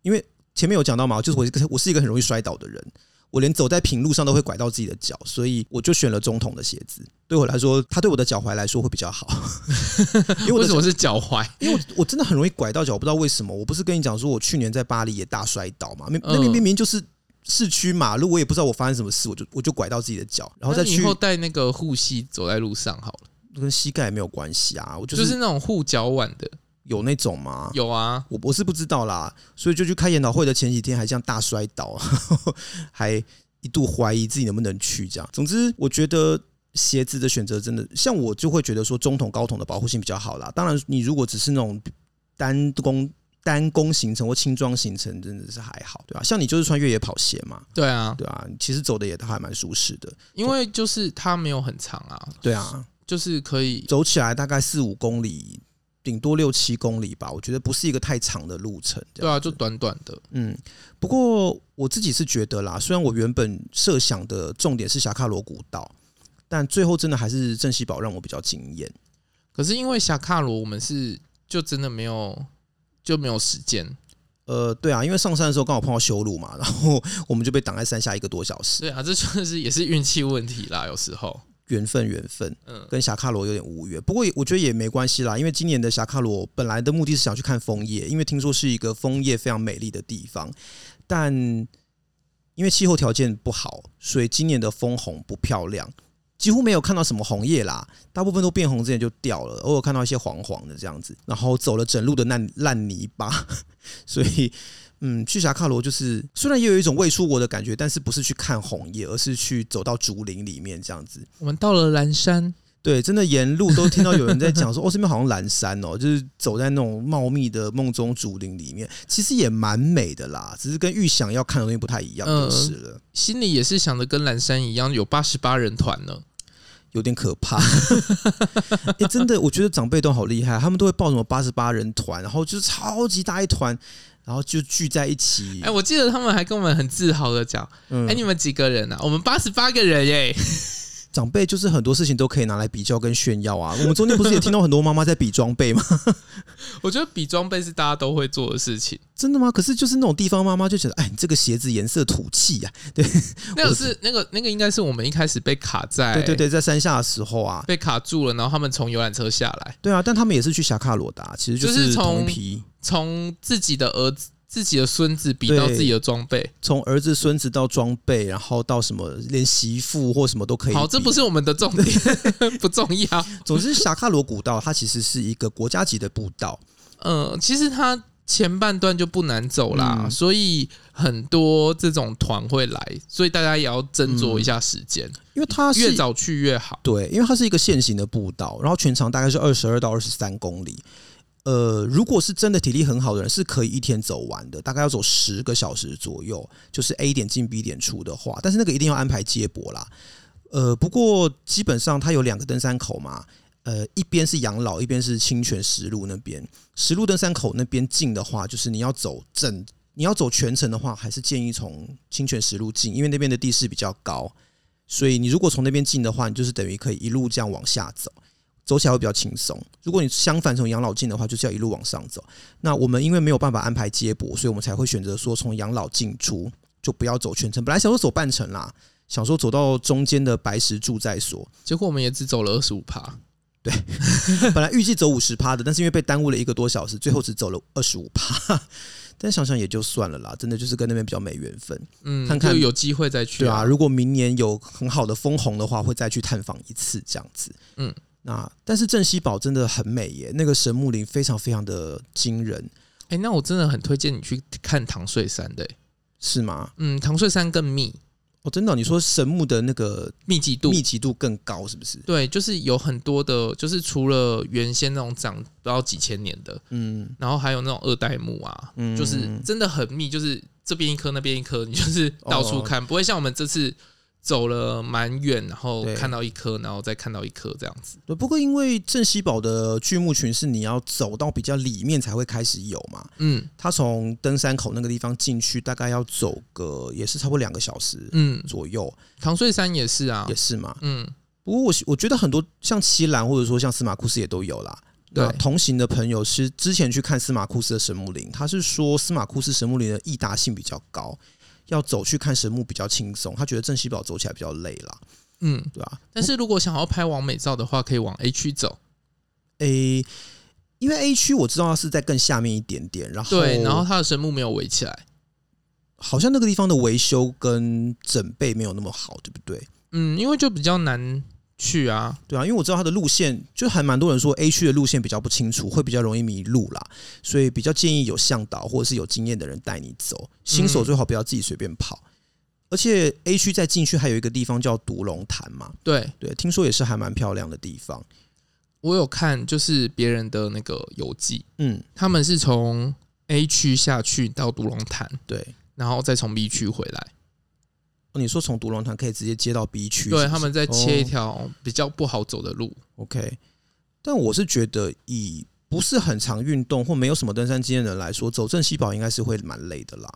Speaker 2: 因为前面有讲到嘛，就是我是个我是一个很容易摔倒的人，我连走在平路上都会拐到自己的脚，所以我就选了中筒的鞋子。对我来说，它对我的脚踝来说会比 较好，因为我
Speaker 1: 为什
Speaker 2: 的脚
Speaker 1: 么是脚 踝？
Speaker 2: 因为我我真的很容易拐到脚，我不知道为什么。我不是跟你讲说我去年在巴黎也大摔倒嘛，那那
Speaker 1: 嗯
Speaker 2: 边明明就是市区马路，我也不知道我发生什么事，我就我就拐到自己的脚，然后
Speaker 1: 那
Speaker 2: 再
Speaker 1: 你以
Speaker 2: 去
Speaker 1: 后哦带那个护膝走在路上好了，
Speaker 2: 跟膝盖也没有关系啊，我就
Speaker 1: 就是、
Speaker 2: 是
Speaker 1: 那种护脚腕的，
Speaker 2: 有那种嘛，
Speaker 1: 有啊。
Speaker 2: 我我是不知道啦，所以就去开研讨会的前几天还这样大摔倒， 还一度怀疑自己能不能去这样。总之，我觉得鞋子的选择真的，像我就会觉得说中筒、高筒的保护性比较好啦。当然，你如果只是那种单工单工行程或轻装行程，真的是还好，对吧、像你就是穿越野跑鞋嘛，
Speaker 1: 对啊，
Speaker 2: 对啊，其实走的也都还蛮舒适的，
Speaker 1: 因为就是它没有很长啊，
Speaker 2: 对啊，
Speaker 1: 就是可以。
Speaker 2: 走起来大概四五公里，顶多六七公里吧，我觉得不是一个太长的路程，这
Speaker 1: 对
Speaker 2: 样
Speaker 1: 啊，就短短的，
Speaker 2: 嗯，不过我自己是觉得啦，虽然我原本设想的重点是侠卡罗古道，但最后真的还是镇西堡让我比较惊艳。
Speaker 1: 可是因为侠卡罗，我们是就真的没有就没有时间。
Speaker 2: 呃，对啊，因为上山的时候刚好碰到修路嘛，然后我们就被挡在山下一个多小时，
Speaker 1: 对啊，这就是也是运气问题啦，有时候。
Speaker 2: 缘分缘分，
Speaker 1: 嗯，
Speaker 2: 跟侠卡罗有点无缘。不过也我觉得也没关系啦，因为今年的侠卡罗本来的目的是想去看枫叶，因为听说是一个枫叶非常美丽的地方，但因为气候条件不好，所以今年的枫红不漂亮，几乎没有看到什么红叶啦，大部分都变红之前就掉了，偶尔看到一些黄黄的这样子，然后走了整路的烂烂泥巴， 所以。嗯，去侠卡罗就是虽然也有一种未出国的感觉，但是不是去看红叶，而是去走到竹林里面这样子。
Speaker 1: 我们到了蓝山，
Speaker 2: 对，真的沿路都听到有人在讲说， 哦，这边好像蓝山哦，就是走在那种茂密的梦中竹林里面，其实也蛮美的啦，只是跟预想要看的东西不太一样
Speaker 1: 嗯
Speaker 2: 就是了，
Speaker 1: 心里也是想着跟蓝山一样有八十八人团呢。
Speaker 2: 有点可怕。 哎、真的，我觉得长辈都好厉害，他们都会报什么八十八人团，然后就是超级大一团，然后就聚在一起。
Speaker 1: 哎、我记得他们还跟我们很自豪的讲，
Speaker 2: 嗯
Speaker 1: 哎、你们几个人啊？我们八十八个人耶、
Speaker 2: 长辈就是很多事情都可以拿来比较跟炫耀啊。我们中间不是也听到很多妈妈在比装备吗？
Speaker 1: 我觉得比装备是大家都会做的事情，
Speaker 2: 真的吗？可是就是那种地方妈妈就觉得，哎，你这个鞋子颜色土气啊呀、
Speaker 1: 那个是那个那个应该是我们一开始被卡在，
Speaker 2: 对对，对，在山下的时候啊，
Speaker 1: 被卡住了，然后他们从游览车下来，
Speaker 2: 对啊，但他们也是去侠卡罗达，其实
Speaker 1: 就是是从
Speaker 2: 同一批，
Speaker 1: 从自己的儿子、自己的孙子比到
Speaker 2: 对
Speaker 1: 自己的装备。
Speaker 2: 从儿子、孙子到装备，然后到什么连媳妇或什么都可以比。
Speaker 1: 好，这不是我们的重点， 不重要。
Speaker 2: 总之，侠卡罗古道它其实是一个国家级的步道，
Speaker 1: 嗯，其实它前半段就不难走啦，
Speaker 2: 嗯
Speaker 1: 所以很多这种团会来，所以大家也要斟酌一下时间，
Speaker 2: 因为嗯它是
Speaker 1: 越早去越好。
Speaker 2: 对，因为它是一个线行的步道，然后全长大概是二十二到二十三公里。呃，如果是真的体力很好的人，是可以一天走完的，大概要走十个小时左右，就是 A 点进 B 点出的话，但是那个一定要安排接驳啦。呃，不过基本上它有两个登山口嘛，呃，一边是养老，一边是清泉石路那边。石路登山口那边近的话，就是你要走整你要走全程的话，还是建议从清泉石路进，因为那边的地势比较高，所以你如果从那边进的话，你就是等于可以一路这样往下走，走起来会比较轻松。如果你相反从养老进的话，就是要一路往上走。那我们因为没有办法安排接驳，所以我们才会选择说从养老进出就不要走全程。本来想说走半程啦，想说走到中间的白石住再说。
Speaker 1: 结果我们也只走了二十五趴，
Speaker 2: 本来预计走五十趴的，但是因为被耽误了一个多小时，最后只走了二十五趴。 但想想也就算了啦，真的就是跟那边比较没缘分。
Speaker 1: 嗯，
Speaker 2: 看看
Speaker 1: 就有机会再去
Speaker 2: 对啊，，如果明年有很好的枫红的话，会再去探访一次这样子。
Speaker 1: 嗯，
Speaker 2: 那但是镇西堡真的很美耶，那个神木林非常非常的惊人，
Speaker 1: 哎、那我真的很推荐你去看唐穗山的、欸
Speaker 2: 是吗？
Speaker 1: 嗯，唐穗山更密
Speaker 2: 哦，真的哦、你说神木的那个
Speaker 1: 密集度
Speaker 2: 密集度更高，是不是？
Speaker 1: 对，就是有很多的，就是除了原先那种长不知道几千年的，
Speaker 2: 嗯
Speaker 1: 然后还有那种二代目啊，
Speaker 2: 嗯
Speaker 1: 就是真的很密，就是这边一颗那边一颗，你 就是到处看，
Speaker 2: 哦
Speaker 1: 不会像我们这次走了蛮远，然后
Speaker 2: 对
Speaker 1: 看到一颗，然后再看到一颗这样子。
Speaker 2: 对。不过因为镇西堡的巨木群是你要走到比较里面才会开始有嘛，
Speaker 1: 嗯
Speaker 2: 它从登山口那个地方进去，大概要走个也是差不多两个小时
Speaker 1: 嗯，
Speaker 2: 左右，
Speaker 1: 唐穗山也是啊
Speaker 2: 也，是嘛。
Speaker 1: 嗯，
Speaker 2: 不过我喜我觉得很多像西兰或者说像司马库斯也都有啦。
Speaker 1: 对
Speaker 2: 那同行的朋友是之前去看司马库斯的神木林，他是说司马库斯神木林的易达性比较高，要走去看神木比较轻松。他觉得镇西堡走起来比较累啦，
Speaker 1: 嗯，
Speaker 2: 对吧、
Speaker 1: 但是如果想要拍完美照的话，可以往 A 区走，
Speaker 2: 诶、因为 A 区我知道它是在更下面一点点，然后
Speaker 1: 对，然后它的神木没有围起来，
Speaker 2: 好像那个地方的维修跟整备没有那么好，对不对？
Speaker 1: 嗯，因为就比较难去啊，
Speaker 2: 对啊，因为我知道它的路线，就还蛮多人说 A 区的路线比较不清楚，会比较容易迷路啦，所以比较建议有向导或者是有经验的人带你走，新
Speaker 1: 嗯
Speaker 2: 手最好不要自己随便跑。而且 A 区再进去还有一个地方叫独龙潭嘛，
Speaker 1: 对
Speaker 2: 对，听说也是还蛮漂亮的地方。
Speaker 1: 我有看就是别人的那个游记，
Speaker 2: 嗯，
Speaker 1: 他们是从 A 区下去到独龙潭，
Speaker 2: 对。
Speaker 1: 然后再从 B 区回来。
Speaker 2: 哦你说从独龙潭可以直接接到 B 区是不是，
Speaker 1: 对，他们在切一条比较不好走的路。
Speaker 2: OK，但我是觉得以不是很常运动或没有什么登山经验的人来说，走正西堡应该是会蛮累的啦。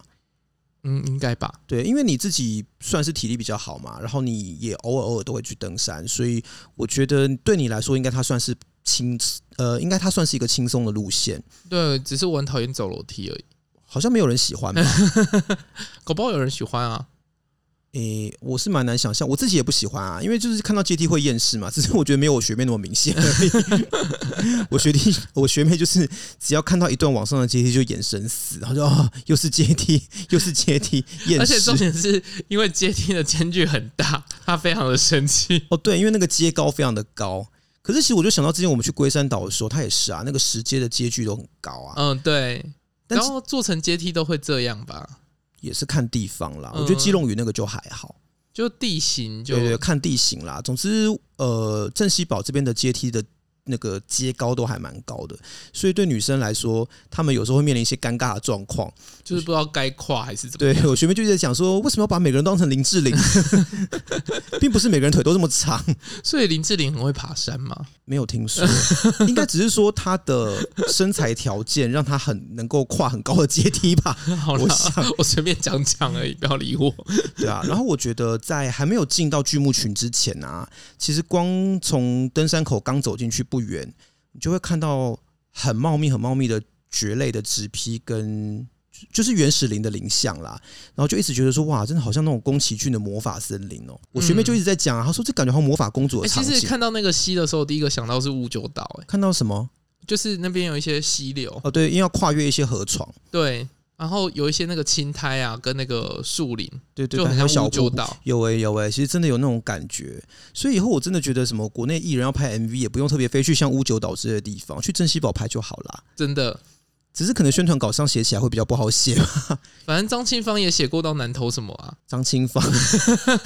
Speaker 1: 嗯，应该吧。
Speaker 2: 对，因为你自己算是体力比较好嘛，然后你也偶尔偶尔都会去登山，所以我觉得对你来说，应该它算是轻，呃，应该它算是一个轻松的路线，
Speaker 1: 对，只是我很讨厌走楼梯而已。
Speaker 2: 好像没有人喜 欢吧？
Speaker 1: 搞不好有人喜欢啊。
Speaker 2: 诶、我是蛮难想象，我自己也不喜欢啊，因为就是看到阶梯会厌世嘛，只是我觉得没有我学妹那么明显而 已。我学弟，我学妹就是只要看到一段往上的阶梯就眼神死，然后就哦，又是阶梯，又是阶梯，厌
Speaker 1: 而且重
Speaker 2: 世。
Speaker 1: 点是因为阶梯的间距很大，他非常的生气。
Speaker 2: 哦，对，因为那个阶高非常的高。可是其实我就想到之前我们去龟山岛的时候，它也是啊，那个石阶的阶距都很高啊，
Speaker 1: 嗯，对。
Speaker 2: 但
Speaker 1: 然
Speaker 2: 是
Speaker 1: 后做成阶梯都会这样吧？
Speaker 2: 也是看地方啦。
Speaker 1: 嗯
Speaker 2: 我觉得基隆屿那个就还好，
Speaker 1: 就地形就
Speaker 2: 对对，看地形啦。总之，呃，镇西堡这边的阶梯的那个阶高都还蛮高的，所以对女生来说，她们有时候会面临一些尴尬的状况。
Speaker 1: 就是不知道该跨还是怎么
Speaker 2: 对
Speaker 1: 样。
Speaker 2: 我学妹就一直在讲说，为什么要把每个人当成林志玲？ 并不是每个人腿都这么长，
Speaker 1: 所以林志玲很会爬山嘛？
Speaker 2: 没有听 说，应该只是说她的身材条件让她很能够跨很高的阶梯吧。
Speaker 1: 好啦
Speaker 2: 我想，
Speaker 1: 我随便讲讲而已，不要理我。
Speaker 2: 对啊，然后我觉得在还没有进到巨木群之前啊，其实光从登山口刚走进去不远，你就会看到很茂密、很茂密的蕨类的植批跟就是原始林的林相啦，然后就一直觉得说哇，真的好像那种宫崎骏的魔法森林哦、我学妹就一直在讲啊，她说这感觉好像魔法公主
Speaker 1: 嗯哎、
Speaker 2: 的
Speaker 1: 其
Speaker 2: 场景。
Speaker 1: 实看到那个溪的时候，第一个想到是乌九岛、哎，
Speaker 2: 看到什么？
Speaker 1: 就是那边有一些溪流，
Speaker 2: 哦，对，因为要跨越一些河床，
Speaker 1: 对，然后有一些那个青苔啊，跟那个树林，
Speaker 2: 对对，
Speaker 1: 就很
Speaker 2: 还有
Speaker 1: 像
Speaker 2: 小
Speaker 1: 乌九
Speaker 2: 瀑布
Speaker 1: 岛。
Speaker 2: 有诶、有诶、其实真的有那种感觉，所以以后我真的觉得什么国内艺人要拍 MV 也不用特别飞去像乌九岛之类的地方，去镇西堡拍就好啦。
Speaker 1: 真的。
Speaker 2: 只是可能宣传稿上写起来会比较不好写吧。
Speaker 1: 反正张庆芳也写过到南投什么啊，
Speaker 2: 张清芳，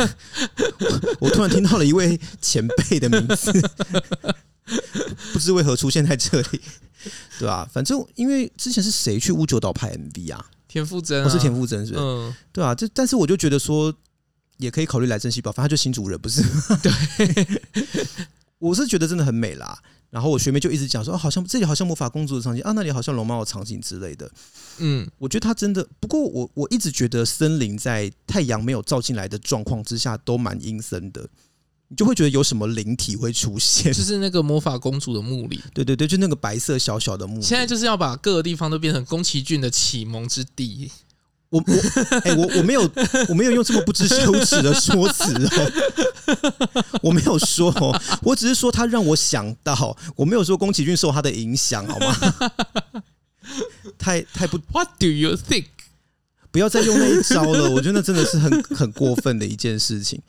Speaker 2: 我我突然听到了一位前辈的名字， 不知为何出现在这里， 对吧、反正因为之前是谁去乌九岛拍 MV 啊？
Speaker 1: 田馥甄、
Speaker 2: 我、
Speaker 1: 啊，
Speaker 2: 是田馥甄，是不是
Speaker 1: 嗯，
Speaker 2: 对啊，这但是我 就觉得说，也可以考虑来珍惜吧，反正他就新主人不是？对， 我是觉得真的很美啦。然后我学妹就一直讲说，哦，好像这里好像魔法公主的场景啊，那里好像龙猫的场景之类的。
Speaker 1: 嗯，
Speaker 2: 我觉得它真的，不过我我一直觉得森林在太阳没有照进来的状况之下都蛮阴森的，你就会觉得有什么灵体会 出现。
Speaker 1: 就是那个魔法公主的墓里，
Speaker 2: 对对对，就那个白色小小的木。
Speaker 1: 现在就是要把各个地方都变成宫崎骏的启蒙之地。
Speaker 2: 我我 哎、我我没有我没有用这么不知羞耻的说辞哦，我没有说哦，我只是说他让我想到，我没有说宫崎骏受他的影响，好吗？太太不
Speaker 1: What do you think？
Speaker 2: 不要再用那一招了，我觉得那真的是很很过分的一件事情。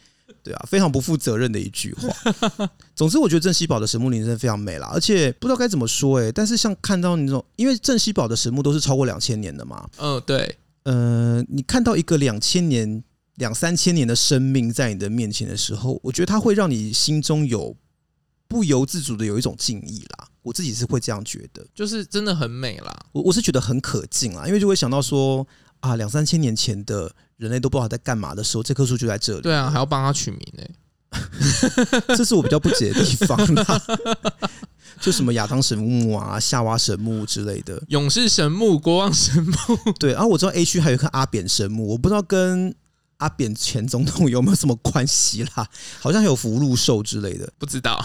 Speaker 2: 对啊，非常不负责任的一句话。总之，我觉得郑西宝的神木林真的非常美啦，而且不知道该怎么说哎、但是像看到那种，因为郑西宝的神木都是超过两千年的嘛，
Speaker 1: 嗯，对，
Speaker 2: 呃，你看到一个两千年、两三千年的生命在你的面前的时候，我觉得它会让你心中有不由自主的有一种敬意啦。我自己是会这样觉得，
Speaker 1: 就是真的很美啦。
Speaker 2: 我我是觉得很可敬啊啦，因为就会想到说啊，两三千年前的人类都不知道在干嘛的时候，这棵树就在这 里，
Speaker 1: 对啊，还要帮她取名呢、
Speaker 2: 这是我比较不解的地方啦。 就什么亚当神木啊、夏娃神木之类的，
Speaker 1: 勇士神木、国王神木，
Speaker 2: 对，然、后我知道 A 区还有一棵阿扁神木，我不知道跟阿扁前总统有没有什么关系啦，好像还有福禄寿之类的。
Speaker 1: 不知道。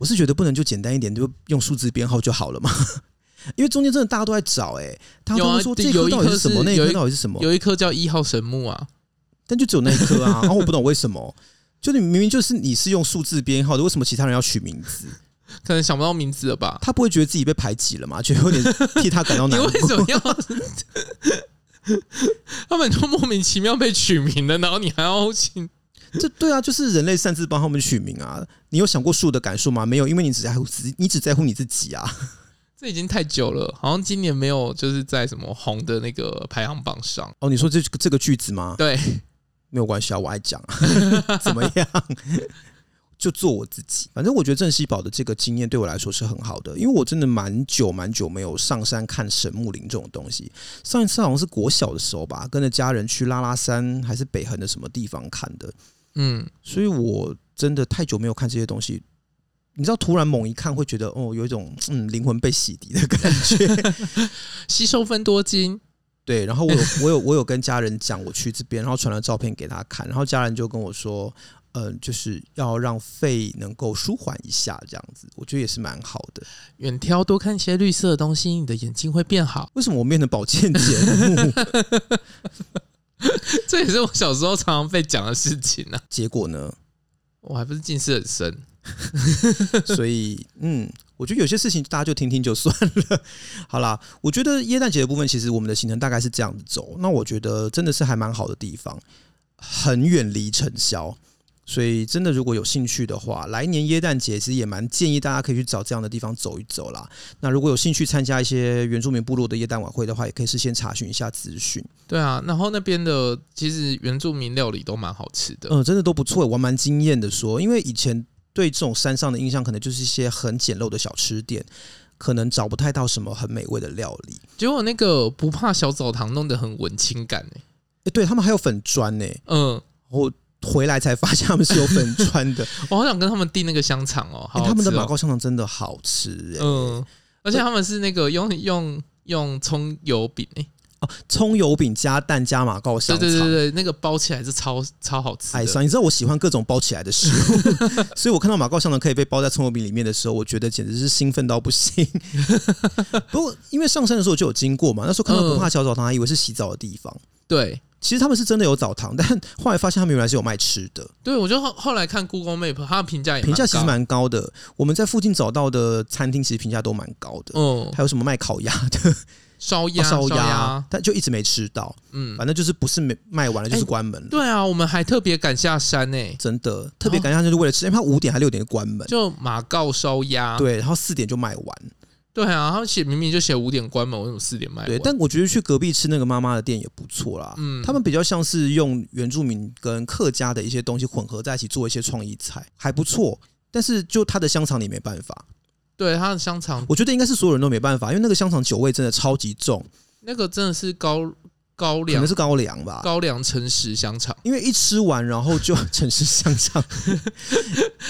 Speaker 2: 我是觉得不能就简单一点，就用数字编号就好了嘛。 因为中间真的大家都在找、欸，哎，他
Speaker 1: 有
Speaker 2: 都
Speaker 1: 啊
Speaker 2: 会说这
Speaker 1: 有
Speaker 2: 颗
Speaker 1: 一
Speaker 2: 到底
Speaker 1: 颗
Speaker 2: 是什么，
Speaker 1: 是
Speaker 2: 那
Speaker 1: 有
Speaker 2: 颗
Speaker 1: 一
Speaker 2: 到底是什么，
Speaker 1: 有一颗叫一号神木啊，
Speaker 2: 但就只有那一颗啊。然后我不懂为什么，就你明明就是你是用数字编号的，为什么其他人要取名字？
Speaker 1: 可能想不到名字了吧？
Speaker 2: 他不会觉得自己被排挤了吗？觉得有点替他感到
Speaker 1: 你
Speaker 2: 难
Speaker 1: 为
Speaker 2: 过。
Speaker 1: 什么要？他们都莫名其妙被取名了，然后你还要请？
Speaker 2: 这对啊，就是人类擅自帮他们取名啊。你有想过树的感受吗？没有，因为你只在乎自，你只在乎你自己啊。
Speaker 1: 这已经太久了，好像今年没有就是在什么红的那个排行榜上。
Speaker 2: 哦，你说这这个句子吗？
Speaker 1: 对，
Speaker 2: 没有关系啊，我爱讲啊， 怎么样？就做我自己，反正我觉得郑西宝的这个经验对我来说是很好的，因为我真的蛮久蛮久没有上山看神木林这种东西。上一次好像是国小的时候吧，跟着家人去拉拉山还是北横的什么地方看的，
Speaker 1: 嗯，
Speaker 2: 所以我真的太久没有看这些东西。你知道，突然猛一看会觉得哦，有一种嗯灵魂被洗涤的感觉。
Speaker 1: 吸收分多金，
Speaker 2: 对，然后我有我有我有跟家人讲我去这边，然后传了照片给他看，然后家人就跟我说，嗯、就是要让肺能够舒缓一下，这样子，我觉得也是蛮好的。
Speaker 1: 远眺多看些绿色的东西，你的眼睛会变好。
Speaker 2: 为什么我变成保健节目？
Speaker 1: 这也是我小时候常常被讲的事情啊。
Speaker 2: 结果呢？
Speaker 1: 我还不是近视很深，
Speaker 2: 所以，嗯，我觉得有些事情大家就听听就算了。好啦，我觉得耶诞节的部分，其实我们的行程大概是这样子走。那我觉得真的是还蛮好的地方，很远离尘嚣。所以，真的如果有兴趣的话，来年耶诞节其实也蛮建议大家可以去找这样的地方走一走啦。那如果有兴趣参加一些原住民部落的耶诞晚会的话，也可以事先查询一下资讯。
Speaker 1: 对啊。然后那边的其实原住民料理都蛮好吃的，
Speaker 2: 嗯，真的都不错，我还蛮惊艳的说，因为以前对这种山上的印象，可能就是一些很简陋的小吃店，可能找不太到什么很美味的料理。
Speaker 1: 结果那个不怕小澡堂弄得很文青感欸诶、
Speaker 2: 诶，对他们还有粉砖呢、
Speaker 1: 嗯，
Speaker 2: 我回来才发现他们是有粉砖的、诶
Speaker 1: 我好想跟他们订那个香肠哦， 好好吃哦
Speaker 2: 欸他们的马告香肠真的好吃、诶，
Speaker 1: 嗯，而且他们是那个用用用葱油饼诶、
Speaker 2: 哦，葱油饼加蛋加马告
Speaker 1: 对
Speaker 2: 香肠，
Speaker 1: 对对对，那个包起来是超超好吃
Speaker 2: 爱
Speaker 1: 的。
Speaker 2: 上。你知道我喜欢各种包起来的食物， 所以我看到马告香肠可以被包在葱油饼里面的时候，我觉得简直是兴奋到 不行。不过因为上山的时候就有经过嘛，那时候看到
Speaker 1: 嗯
Speaker 2: 不怕小澡堂，还以为是洗澡的地方。
Speaker 1: 对
Speaker 2: 其实他们是真的有澡堂， 但后来发现他们原来是有卖吃的，
Speaker 1: 对，我就后后来看 Google Map，它的评价也
Speaker 2: 评价其实
Speaker 1: 高
Speaker 2: 蛮高的。我们在附近找到的餐厅其实评价都蛮高的，
Speaker 1: 嗯，
Speaker 2: 还有什么卖烤鸭的、
Speaker 1: 烧 鸭
Speaker 2: 哦烧
Speaker 1: 鸭，
Speaker 2: 但就一直没吃到。
Speaker 1: 嗯，
Speaker 2: 反正就是不是没卖完了，就是
Speaker 1: 哎
Speaker 2: 关门了。
Speaker 1: 对啊，我们还特别赶下山诶、
Speaker 2: 真的特别感谢他，就是为了吃，因为他五点还六点就关门，
Speaker 1: 就马告烧鸭。
Speaker 2: 对，然后四点就卖完。
Speaker 1: 对啊，他们写明明就写五点关门，为什么四点卖完？
Speaker 2: 对，但我觉得去隔壁吃那个妈妈的店也不错啦。
Speaker 1: 哎嗯
Speaker 2: 他们比较像是用原住民跟客家的一些东西混合在一起做一些创意菜，还不错。但是就它的香肠你没办法，
Speaker 1: 对它的香肠
Speaker 2: 我觉得应该是所有人都没办法，因为那个香肠酒味真的超级重。
Speaker 1: 那个真的是高高
Speaker 2: 可
Speaker 1: 粱
Speaker 2: 能是高粱吧。
Speaker 1: 高粱诚实香肠，
Speaker 2: 因为一吃完，然后就 城市向上，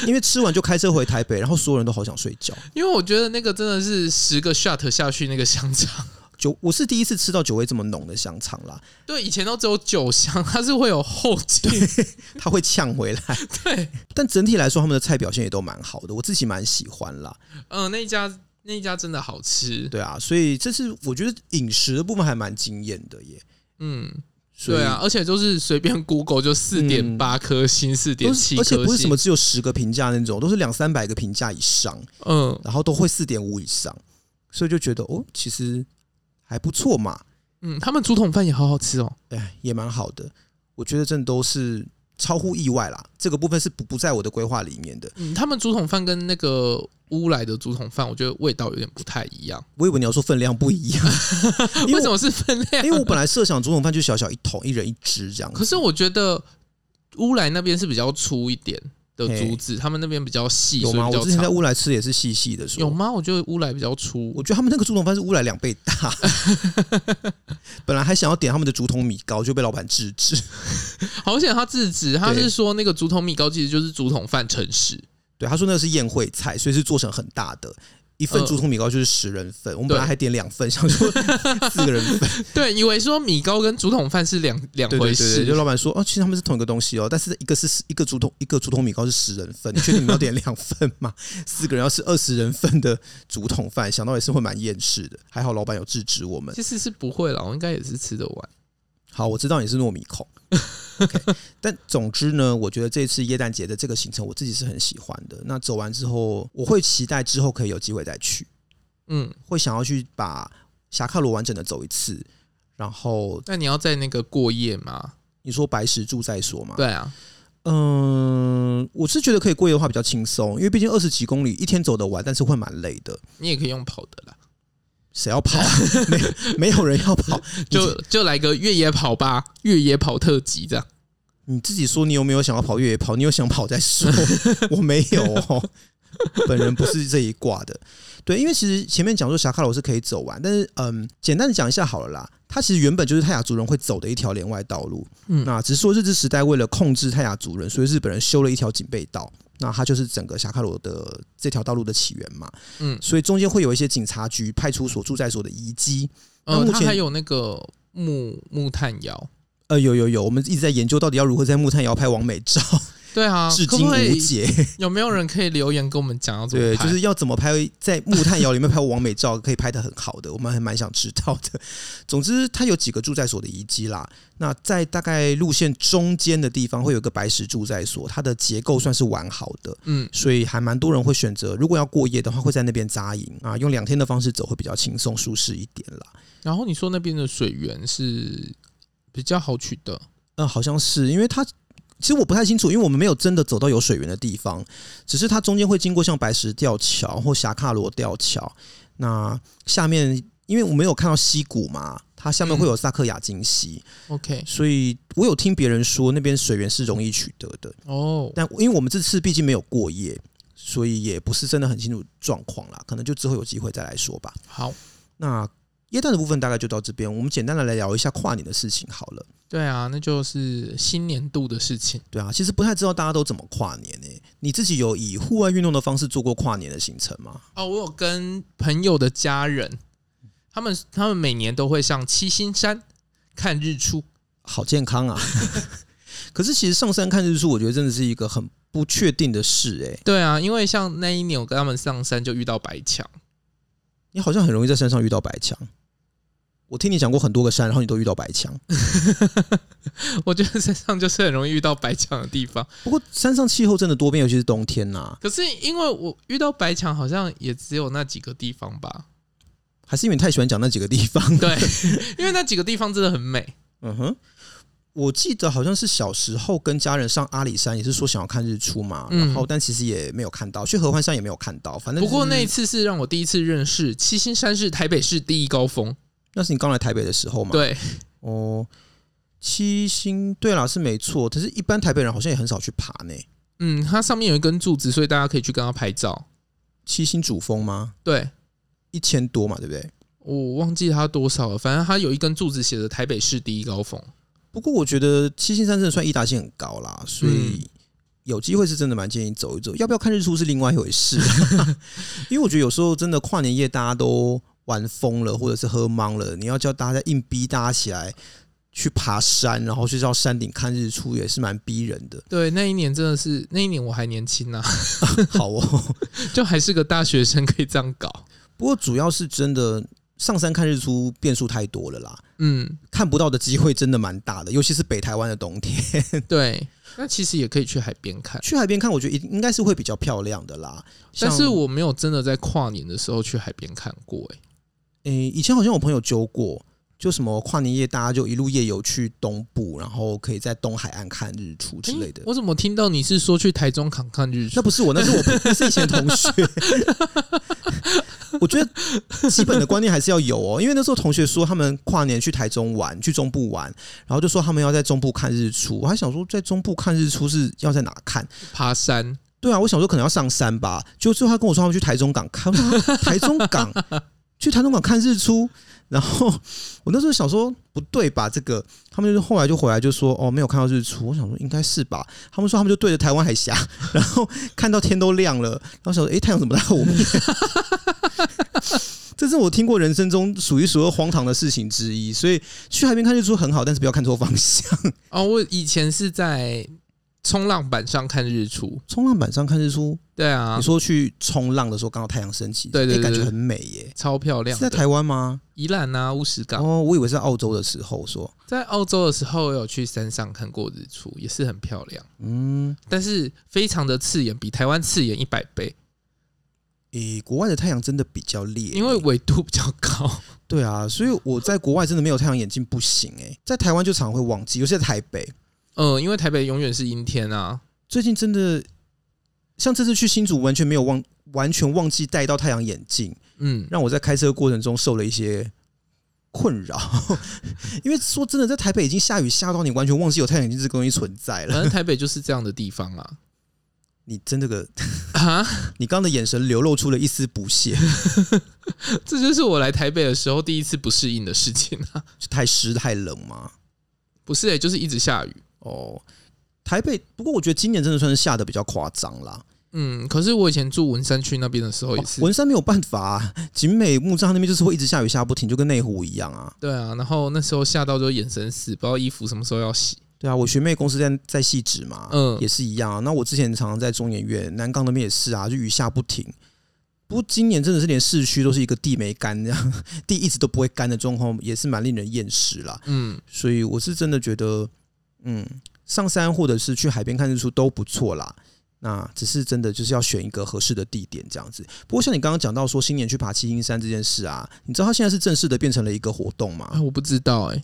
Speaker 2: 因为吃完就开车回台北，然后所有人都好想睡觉。
Speaker 1: 因为我觉得那个真的是十个 shot 下去那个香肠，
Speaker 2: 酒，我是第一次吃到酒味这么浓的香肠啦，
Speaker 1: 对，以前都只有酒香，它是会有后劲，
Speaker 2: 它会呛回来。
Speaker 1: 对，
Speaker 2: 但整体来说，他们的菜表现也都蛮好的，我自己蛮喜欢啦。
Speaker 1: 嗯、那一家那一家真的好吃，
Speaker 2: 对啊，所以这是我觉得饮食的部分还蛮惊艳的耶。
Speaker 1: 嗯，
Speaker 2: 所以嗯
Speaker 1: 对啊，，而且就是随便 Google 就四点八颗星，四点
Speaker 2: 都
Speaker 1: 七
Speaker 2: 是
Speaker 1: 颗
Speaker 2: 而
Speaker 1: 星，
Speaker 2: 且不是什么只有十个评价那种，都是两三百个评价以上，
Speaker 1: 嗯
Speaker 2: 然后都会四点五以上，所以就觉得哦，其实还不错嘛，
Speaker 1: 嗯，他们竹筒饭也好好吃哦，
Speaker 2: 哎，也蛮好的。我觉得这都是超乎意外啦，这个部分是不不在我的规划里面的。
Speaker 1: 嗯，他们竹筒饭跟那个乌来的竹筒饭，我觉得味道有点不太一样，
Speaker 2: 我以为你要说分量不一 样，
Speaker 1: 为
Speaker 2: 因为
Speaker 1: 什
Speaker 2: 我嗯
Speaker 1: 么是分量？
Speaker 2: 因为我本来设想竹筒饭就小小一桶，一人一只这样子。
Speaker 1: 可是我觉得乌来那边是比较粗一点的竹子，他们那边比较细，
Speaker 2: 有
Speaker 1: 所以
Speaker 2: 吗？
Speaker 1: 比
Speaker 2: 我
Speaker 1: 较
Speaker 2: 之前在
Speaker 1: 长。
Speaker 2: 乌来吃也是细细的，说
Speaker 1: 有吗？我觉得乌来比较粗
Speaker 2: 我，觉得他们那个竹筒饭是乌来两倍大， 本来还想要点他们的竹筒米糕，就被老板制止。
Speaker 1: 好险他制止，他
Speaker 2: 对
Speaker 1: 是说那个竹筒米糕其实就是竹筒饭城市，
Speaker 2: 对，他说那个是宴会菜，所以是做成很大的。一份
Speaker 1: 嗯
Speaker 2: 竹筒米糕就是十人份，我们
Speaker 1: 对
Speaker 2: 本来还点两份，想 说四个人份。
Speaker 1: 对，以为说米糕跟竹筒饭是两两
Speaker 2: 对对
Speaker 1: 回
Speaker 2: 对对，
Speaker 1: 事
Speaker 2: 就，老板说哦，其实他们是同一个东西哦，但是一个是一个竹筒一个竹筒米糕是十人份，你确定你们要点两份吗？四个人要吃二十人份的竹筒饭，想到也是会蛮厌世的。还好老板有制止我们。
Speaker 1: 其实是不会啦，我应该也是吃得完。
Speaker 2: 好，我知道你是糯米 控。OK，但总之呢，我觉得这次耶诞节的这个行程，我自己是很喜欢的。那走完之后，我会期待之后可以有机会再去，
Speaker 1: 嗯，
Speaker 2: 会想要去把侠客罗完整的走一次。然后
Speaker 1: 那你要在那个过夜吗？
Speaker 2: 你说白石住再说嘛？
Speaker 1: 对啊，
Speaker 2: 嗯、我是觉得可以过夜的话比较轻松，因为毕竟二十几公里一天走得完，但是会蛮累的。
Speaker 1: 你也可以用跑的啦，
Speaker 2: 谁要 跑、啊？没没有人要跑，
Speaker 1: 就就来个越野跑吧，越野跑特辑这样。
Speaker 2: 你自己说你有没有想要跑越野跑？你有想跑 再说，我没有哦，本人不是这一挂的。对，因为其实前面讲说侠卡罗是可以走完，但是嗯，简单的讲一下好了啦。它其实原本就是泰雅族人会走的一条连外道路，
Speaker 1: 嗯
Speaker 2: 那只是说日治时代为了控制泰雅族人，所以日本人修了一条警备道。那它就是整个侠卡罗的这条道路的起源嘛，
Speaker 1: 嗯
Speaker 2: 所以中间会有一些警察局、派出所、驻在所的遗迹。那
Speaker 1: 呃，
Speaker 2: 目
Speaker 1: 它
Speaker 2: 前
Speaker 1: 还有那个木木炭窑，
Speaker 2: 呃，有有有，我们一直在研究到底要如何在木炭窑拍完美照，
Speaker 1: 对啊，
Speaker 2: 至
Speaker 1: 可
Speaker 2: 今
Speaker 1: 不可
Speaker 2: 无
Speaker 1: 以
Speaker 2: 解。
Speaker 1: 有没有人可以留言跟我们讲要怎么
Speaker 2: 对，
Speaker 1: 拍？
Speaker 2: 就是要怎么拍，在木炭窑里面拍完美照，可以拍的很好的，我们还蛮想知道的。 总之，它有几个住在所的遗迹啦。那在大概路线中间的地方，会有一个白石住在所，它的结构算是完好的，
Speaker 1: 嗯
Speaker 2: 所以还蛮多人会选择，如果要过夜的话，会在那边扎营啊，用两天的方式走会比较轻松舒适一点啦。
Speaker 1: 然后你说那边的水源是比较好取的，
Speaker 2: 嗯，好像是，因为它其实我不太清楚，因为我们没有真的走到有水源的地方，只是它中间会经过像白石吊桥或霞卡罗吊桥，那下面因为我没有看到溪谷嘛，它下面会有萨克亚金溪，
Speaker 1: OK，
Speaker 2: 所以我有听别人说那边水源是容易取得的，
Speaker 1: 哦，
Speaker 2: 但因为我们这次毕竟没有过夜。所以也不是真的很清楚状况啦，可能就之后有机会再来说吧。
Speaker 1: 好，
Speaker 2: 那耶诞的部分大概就到这边，我们简单的来聊一下跨年的事情好了。
Speaker 1: 对啊，那就是新年度的事情。
Speaker 2: 对啊，其实不太知道大家都怎么跨年诶、你自己有以户外运动的方式做过跨年的行程吗？
Speaker 1: 哦，我有跟朋友的家人，他们他们每年都会上七星山看日出。
Speaker 2: 好健康 啊！可是其实上山看日出，我觉得真的是一个很不确定的事诶、欸
Speaker 1: 对啊，因为像那一年我跟他们上山就遇到白墙，
Speaker 2: 你好像很容易在山上遇到白墙。我听你讲过很多个山，然后你都遇到白墙。
Speaker 1: 我觉得山上就是很容易遇到白墙的地方。
Speaker 2: 不过山上气候真的多变，尤其是冬天啊呐、
Speaker 1: 可是因为我遇到白墙好像也只有那几个地方吧，
Speaker 2: 还是因为你太喜欢讲那几个地方。
Speaker 1: 对，因为那几个地方真的很美。
Speaker 2: 嗯哼，我记得好像是小时候跟家人上阿里山，也是说想要看日出嘛，
Speaker 1: 嗯
Speaker 2: 然后但其实也没有看到，去合欢山也没有看到，反正
Speaker 1: 不过
Speaker 2: 就是
Speaker 1: 那一次是让我第一次认识七星山是台北市第一高峰，
Speaker 2: 那是你刚来台北的时候嘛？，
Speaker 1: 对，
Speaker 2: 哦，七星对啦，是没错。可是，一般台北人好像也很少去爬呢。
Speaker 1: 嗯，它上面有一根柱子，所以大家可以去跟它拍照。
Speaker 2: 七星主峰吗？
Speaker 1: 对，
Speaker 2: 一千多嘛，对不对？
Speaker 1: 我忘记它多少了，反正它有一根柱子写着台北市第一高峰。。
Speaker 2: 不过我觉得七星山真的算易达性很高啦，所以有机会是真的蛮建议走一走。要不要看日出是另外一回事， 因为我觉得有时候真的跨年夜大家都玩疯了，或者是喝懵了，你要叫大家硬逼大家起来去爬山，然后去到山顶看日出，也是蛮逼人的
Speaker 1: 对，那一年真的是，那一年我还年轻啊，
Speaker 2: 好哦，
Speaker 1: 就还是个大学生，可以这样搞。
Speaker 2: 不过主要是真的上山看日出变数太多了啦，
Speaker 1: 嗯，
Speaker 2: 看不到的机会真的蛮大的，尤其是北台湾的冬天。
Speaker 1: 对。那其实也可以去海边看，
Speaker 2: 去海边看，我觉得应应该是会比较漂亮的啦。
Speaker 1: 但是
Speaker 2: 像
Speaker 1: 我没有真的在跨年的时候去海边看过、欸。
Speaker 2: 诶、以前好像我朋友揪过，就什么跨年夜大家就一路夜游去东部，然后可以在东海岸看日出之类的。
Speaker 1: 诶我怎么听到你是说去台中港看日出
Speaker 2: 那？不是我，那是我朋，那是以前同学。 我觉得基本的观念还是要有哦，因为那时候同学说他们跨年去台中玩，去中部玩，然后就说他们要在中部看日出。我还想说，在中部看日出是要在哪看？
Speaker 1: 爬山？
Speaker 2: 对啊，我想说可能要上山吧，就最后他跟我说他们去台中港看，我说哈台中港去台中港看日出，然后我那时候想说不对吧，这个他们就是后来就回来就说哦没有看到日出，我想说应该是吧，他们说他们就对着台湾海峡，然后看到天都亮了，然后想说诶，太阳怎么在我们眼？ 这是我听过人生中数一数二荒唐的事情之一，所以去海边看日出很好，但是不要看错方向。
Speaker 1: 哦，我以前是在冲浪板上看日出。
Speaker 2: 冲浪板上看日出，
Speaker 1: 对啊
Speaker 2: 你，说去冲浪的时候，刚好太阳升起，
Speaker 1: 对对
Speaker 2: 诶感
Speaker 1: 对
Speaker 2: 觉
Speaker 1: 对
Speaker 2: 很美耶。
Speaker 1: 超漂亮
Speaker 2: 是在
Speaker 1: 的。
Speaker 2: 台湾吗？
Speaker 1: 宜兰啊，乌石港，
Speaker 2: 哦，我以为是在澳洲的时候说，
Speaker 1: 在澳洲的时候我有去山上看过日出，也是很漂亮，
Speaker 2: 嗯，
Speaker 1: 但是非常的刺眼，比台湾刺眼一百倍，
Speaker 2: 诶、国外的太阳真的比较烈，
Speaker 1: 因为纬度比较高。
Speaker 2: 对啊，所以我在国外真的没有太阳眼镜不行诶，在台湾就常会忘记，尤其在台北，
Speaker 1: 嗯，因为台北永远是阴天啊。
Speaker 2: 最近真的像这次去新竹，完全没有忘，完全忘记带到太阳眼镜，
Speaker 1: 嗯，
Speaker 2: 让我在开车过程中受了一些。困扰， 因为说真的，在台北已经下雨下到你完全忘记有太阳眼镜这个东西存在了。
Speaker 1: 反正台北就是这样的地方啊。
Speaker 2: 你真的个
Speaker 1: 啊，
Speaker 2: 你刚刚的眼神流露出了一丝不屑，
Speaker 1: 这就是我来台北的时候第一次不适应的事情啊。
Speaker 2: 是太湿太冷吗？
Speaker 1: 不是诶、欸就是一直下雨。
Speaker 2: 哦，台北，不过我觉得今年真的算是下的比较夸张啦。哦
Speaker 1: 嗯，可是我以前住文山区那边的时候也是，
Speaker 2: 文山没有办法、啊，景美木栅那边就是会一直下雨下不停，就跟内湖一样啊。
Speaker 1: 对啊，然后那时候下到就眼神死，不知道衣服什么时候要洗。
Speaker 2: 对啊，我学妹公司在在细致嘛，
Speaker 1: 嗯
Speaker 2: 也是一样啊。那我之前常常在中研院、南港那边也是啊，就雨下不停。不过今年真的是连市区都是一个地没干， 这样地一直都不会干的状况，也是蛮令人厌世啦。
Speaker 1: 嗯，
Speaker 2: 所以我是真的觉得，嗯，上山或者是去海边看日出都不错啦。那只是真的就是要选一个合适的地点这样子。不过像你刚刚讲到说新年去爬七星山这件事啊，你知道它现在是正式的变成了一个活动
Speaker 1: 啊，
Speaker 2: 吗？
Speaker 1: 我不知道诶、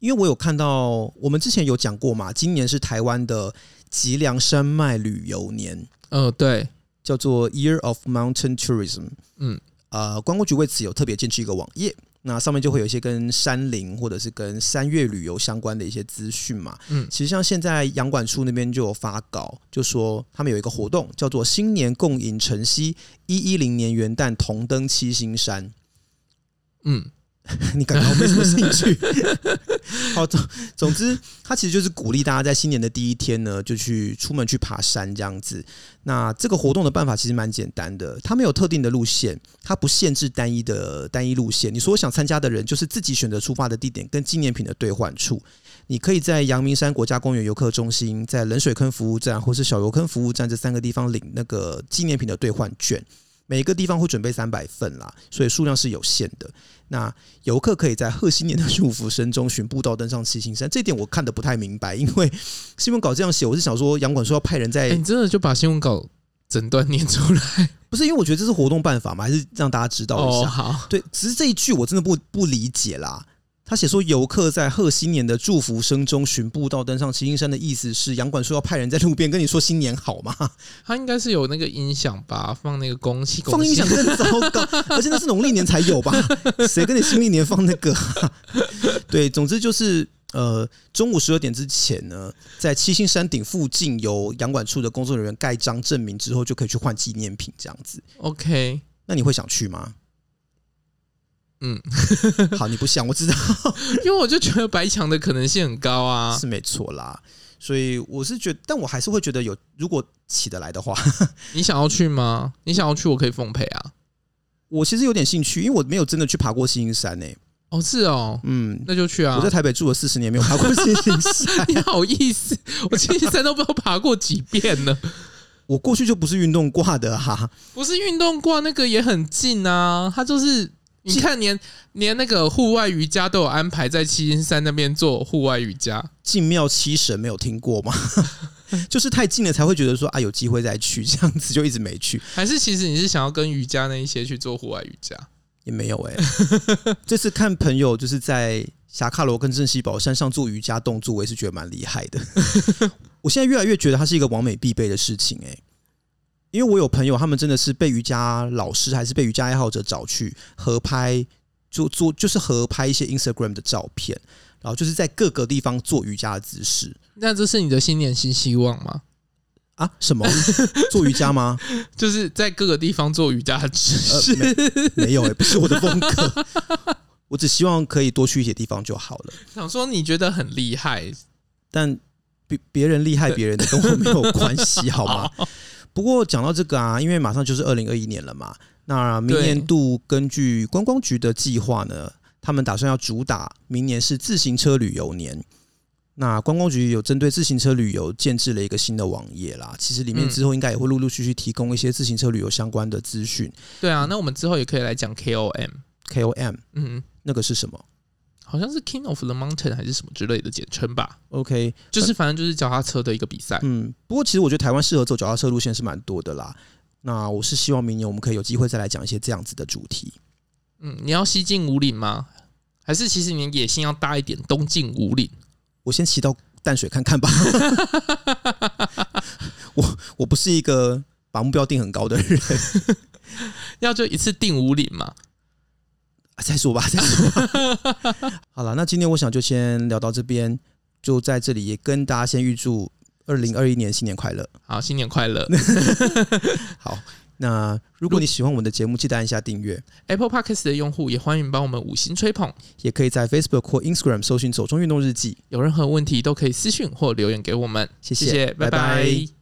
Speaker 2: 因为我有看到我们之前有讲过嘛，今年是台湾的脊梁山脉旅游年，
Speaker 1: 嗯、对，
Speaker 2: 叫做 Year of Mountain Tourism。
Speaker 1: 嗯，
Speaker 2: 呃，观光局为此有特别建置一个网页，那上面就会有一些跟山林或者是跟山岳旅游相关的一些资讯嘛。
Speaker 1: 嗯
Speaker 2: 其实像现在洋管处那边就有发稿，就说他们有一个活动叫做“新年共饮晨曦”，一一零年元旦同登七星山。
Speaker 1: 嗯，
Speaker 2: 你感觉我没什么兴趣。 好，总总之，它其实就是鼓励大家在新年的第一天呢，就去出门去爬山这样子。那这个活动的办法其实蛮简单的，它没有特定的路线，它不限制单一的单一路线。你说想参加的人，就是自己选择出发的地点跟纪念品的兑换处。你可以在阳明山国家公园游客中心、在冷水坑服务站或是小油坑服务站这三个地方领那个纪念品的兑换券。每个地方会准备三百份啦，所以数量是有限的。那游客可以在贺新年的祝福声中寻步道登上七星山，这点我看得不太明白，因为新闻稿这样写，我是想说杨管说要派人在
Speaker 1: 哎、你真的就把新闻稿整段念出 来
Speaker 2: 不是因为我觉得这是活动办法嘛，还是让大家知道
Speaker 1: 哦，
Speaker 2: 一下。
Speaker 1: 好，
Speaker 2: 对，只是这一句我真的不不理解啦。他写说游客在贺新年的祝福声中寻步道登上七星山的意思是，杨管说要派人在路边跟你说新年好吗？
Speaker 1: 它应该是有那个音响吧，放那个恭喜恭
Speaker 2: 放
Speaker 1: 喜
Speaker 2: 音响，更糟糕，而且那是农历年才有吧？谁跟你新历年放那个、啊？对，总之就是呃，中午十二点之前呢，在七星山顶附近由洋管处的工作人员盖章证明之后，就可以去换纪念品这样子。
Speaker 1: OK，
Speaker 2: 那你会想去吗？
Speaker 1: 嗯，
Speaker 2: 好，你不想，我知道
Speaker 1: 因为我就觉得白墙的可能性很高啊。
Speaker 2: 是没 错啦。所以我是觉得，但我还是会觉得有，如果起得来的话，
Speaker 1: 你想要去吗？你想要去，我可以奉陪啊。
Speaker 2: 我其实有点兴趣，因为我没有真的去爬过星星山诶、
Speaker 1: 哦，是哦，
Speaker 2: 嗯，
Speaker 1: 那就去啊。
Speaker 2: 我在。台北住了四十年，没有爬过星星山
Speaker 1: 你好意思？我星期三都不知道爬过几遍了。
Speaker 2: 我过去就不是运动挂的啊哈、
Speaker 1: 不是运动挂那个也很近啊，它就是你看连连那个户外瑜伽都有安排在七星山那边做户外瑜伽。
Speaker 2: 进庙七神没有听过吗？ 就是太近了才会觉得说啊，有机会再去，这样子就一直没去，
Speaker 1: 还是其实你是想要跟瑜伽那一些去做户外瑜伽？
Speaker 2: 也没有哎、 这次看朋友就是在霞卡罗跟镇西堡山上做瑜伽动作，我也是觉得蛮厉害的。 我现在越来越觉得它是一个完美必备的事情哎、因为我有朋友，他们真的是被瑜伽老师还是被瑜伽爱好者找去合拍，就做就是合拍一些 Instagram 的照片，然后就是在各个地方做瑜伽的姿势。
Speaker 1: 那这是你的新年新希望吗？
Speaker 2: 啊？什么？做瑜伽吗？
Speaker 1: 就是在各个地方做瑜伽的知识。
Speaker 2: 呃、没没有哎、不是我的风格。 我只希望可以多去一些地方就好了。
Speaker 1: 想说你觉得很厉害，
Speaker 2: 但别别人厉害，别人的跟我没有关系，好吗？不过讲到这个啊，因为马上就是二零二一年了嘛，那明
Speaker 1: 对
Speaker 2: 年度根据观光局的计划呢，他们打算要主打明年是自行车旅游年。那观光局有针对自行车旅游建制了一个新的网页啦，其实里面
Speaker 1: 嗯
Speaker 2: 之后应该也会陆陆续续提供一些自行车旅游相关的资讯。
Speaker 1: 对啊。那我们之后也可以来讲 KOM，
Speaker 2: KOM
Speaker 1: 嗯，
Speaker 2: 那个是什么
Speaker 1: 好像是 King of the Mountain 还是什么之类的简称吧，
Speaker 2: ？OK，
Speaker 1: 就是反正就是脚踏车的一个比赛。
Speaker 2: 嗯，不过其实我觉得台湾适合走脚踏车路线是蛮多的啦。那我是希望明年我们可以有机会再来讲一些这样子的主题。
Speaker 1: 嗯，你要西进五岭吗？还是其实你的野心要大一点，东进五岭？
Speaker 2: 我先骑到淡水看看吧。 我我不是一个把目标定很高的人，
Speaker 1: 要就一次定五岭嘛？
Speaker 2: 再说吧，再说吧。 好了，那今天我想就先聊到这边，就在这里也跟大家先预祝二零二一年新年快乐。
Speaker 1: 好，新年快乐
Speaker 2: 好，那如果你喜欢我们的节目，记得按下订阅。
Speaker 1: ！Apple Podcast 的用户也欢迎帮我们五星吹捧，
Speaker 2: 也可以在 Facebook 或 Instagram 搜寻“走中运动日记
Speaker 1: 有任何问题都可以私讯或留言给我们。”。
Speaker 2: 谢
Speaker 1: 谢谢，拜
Speaker 2: 拜
Speaker 1: 拜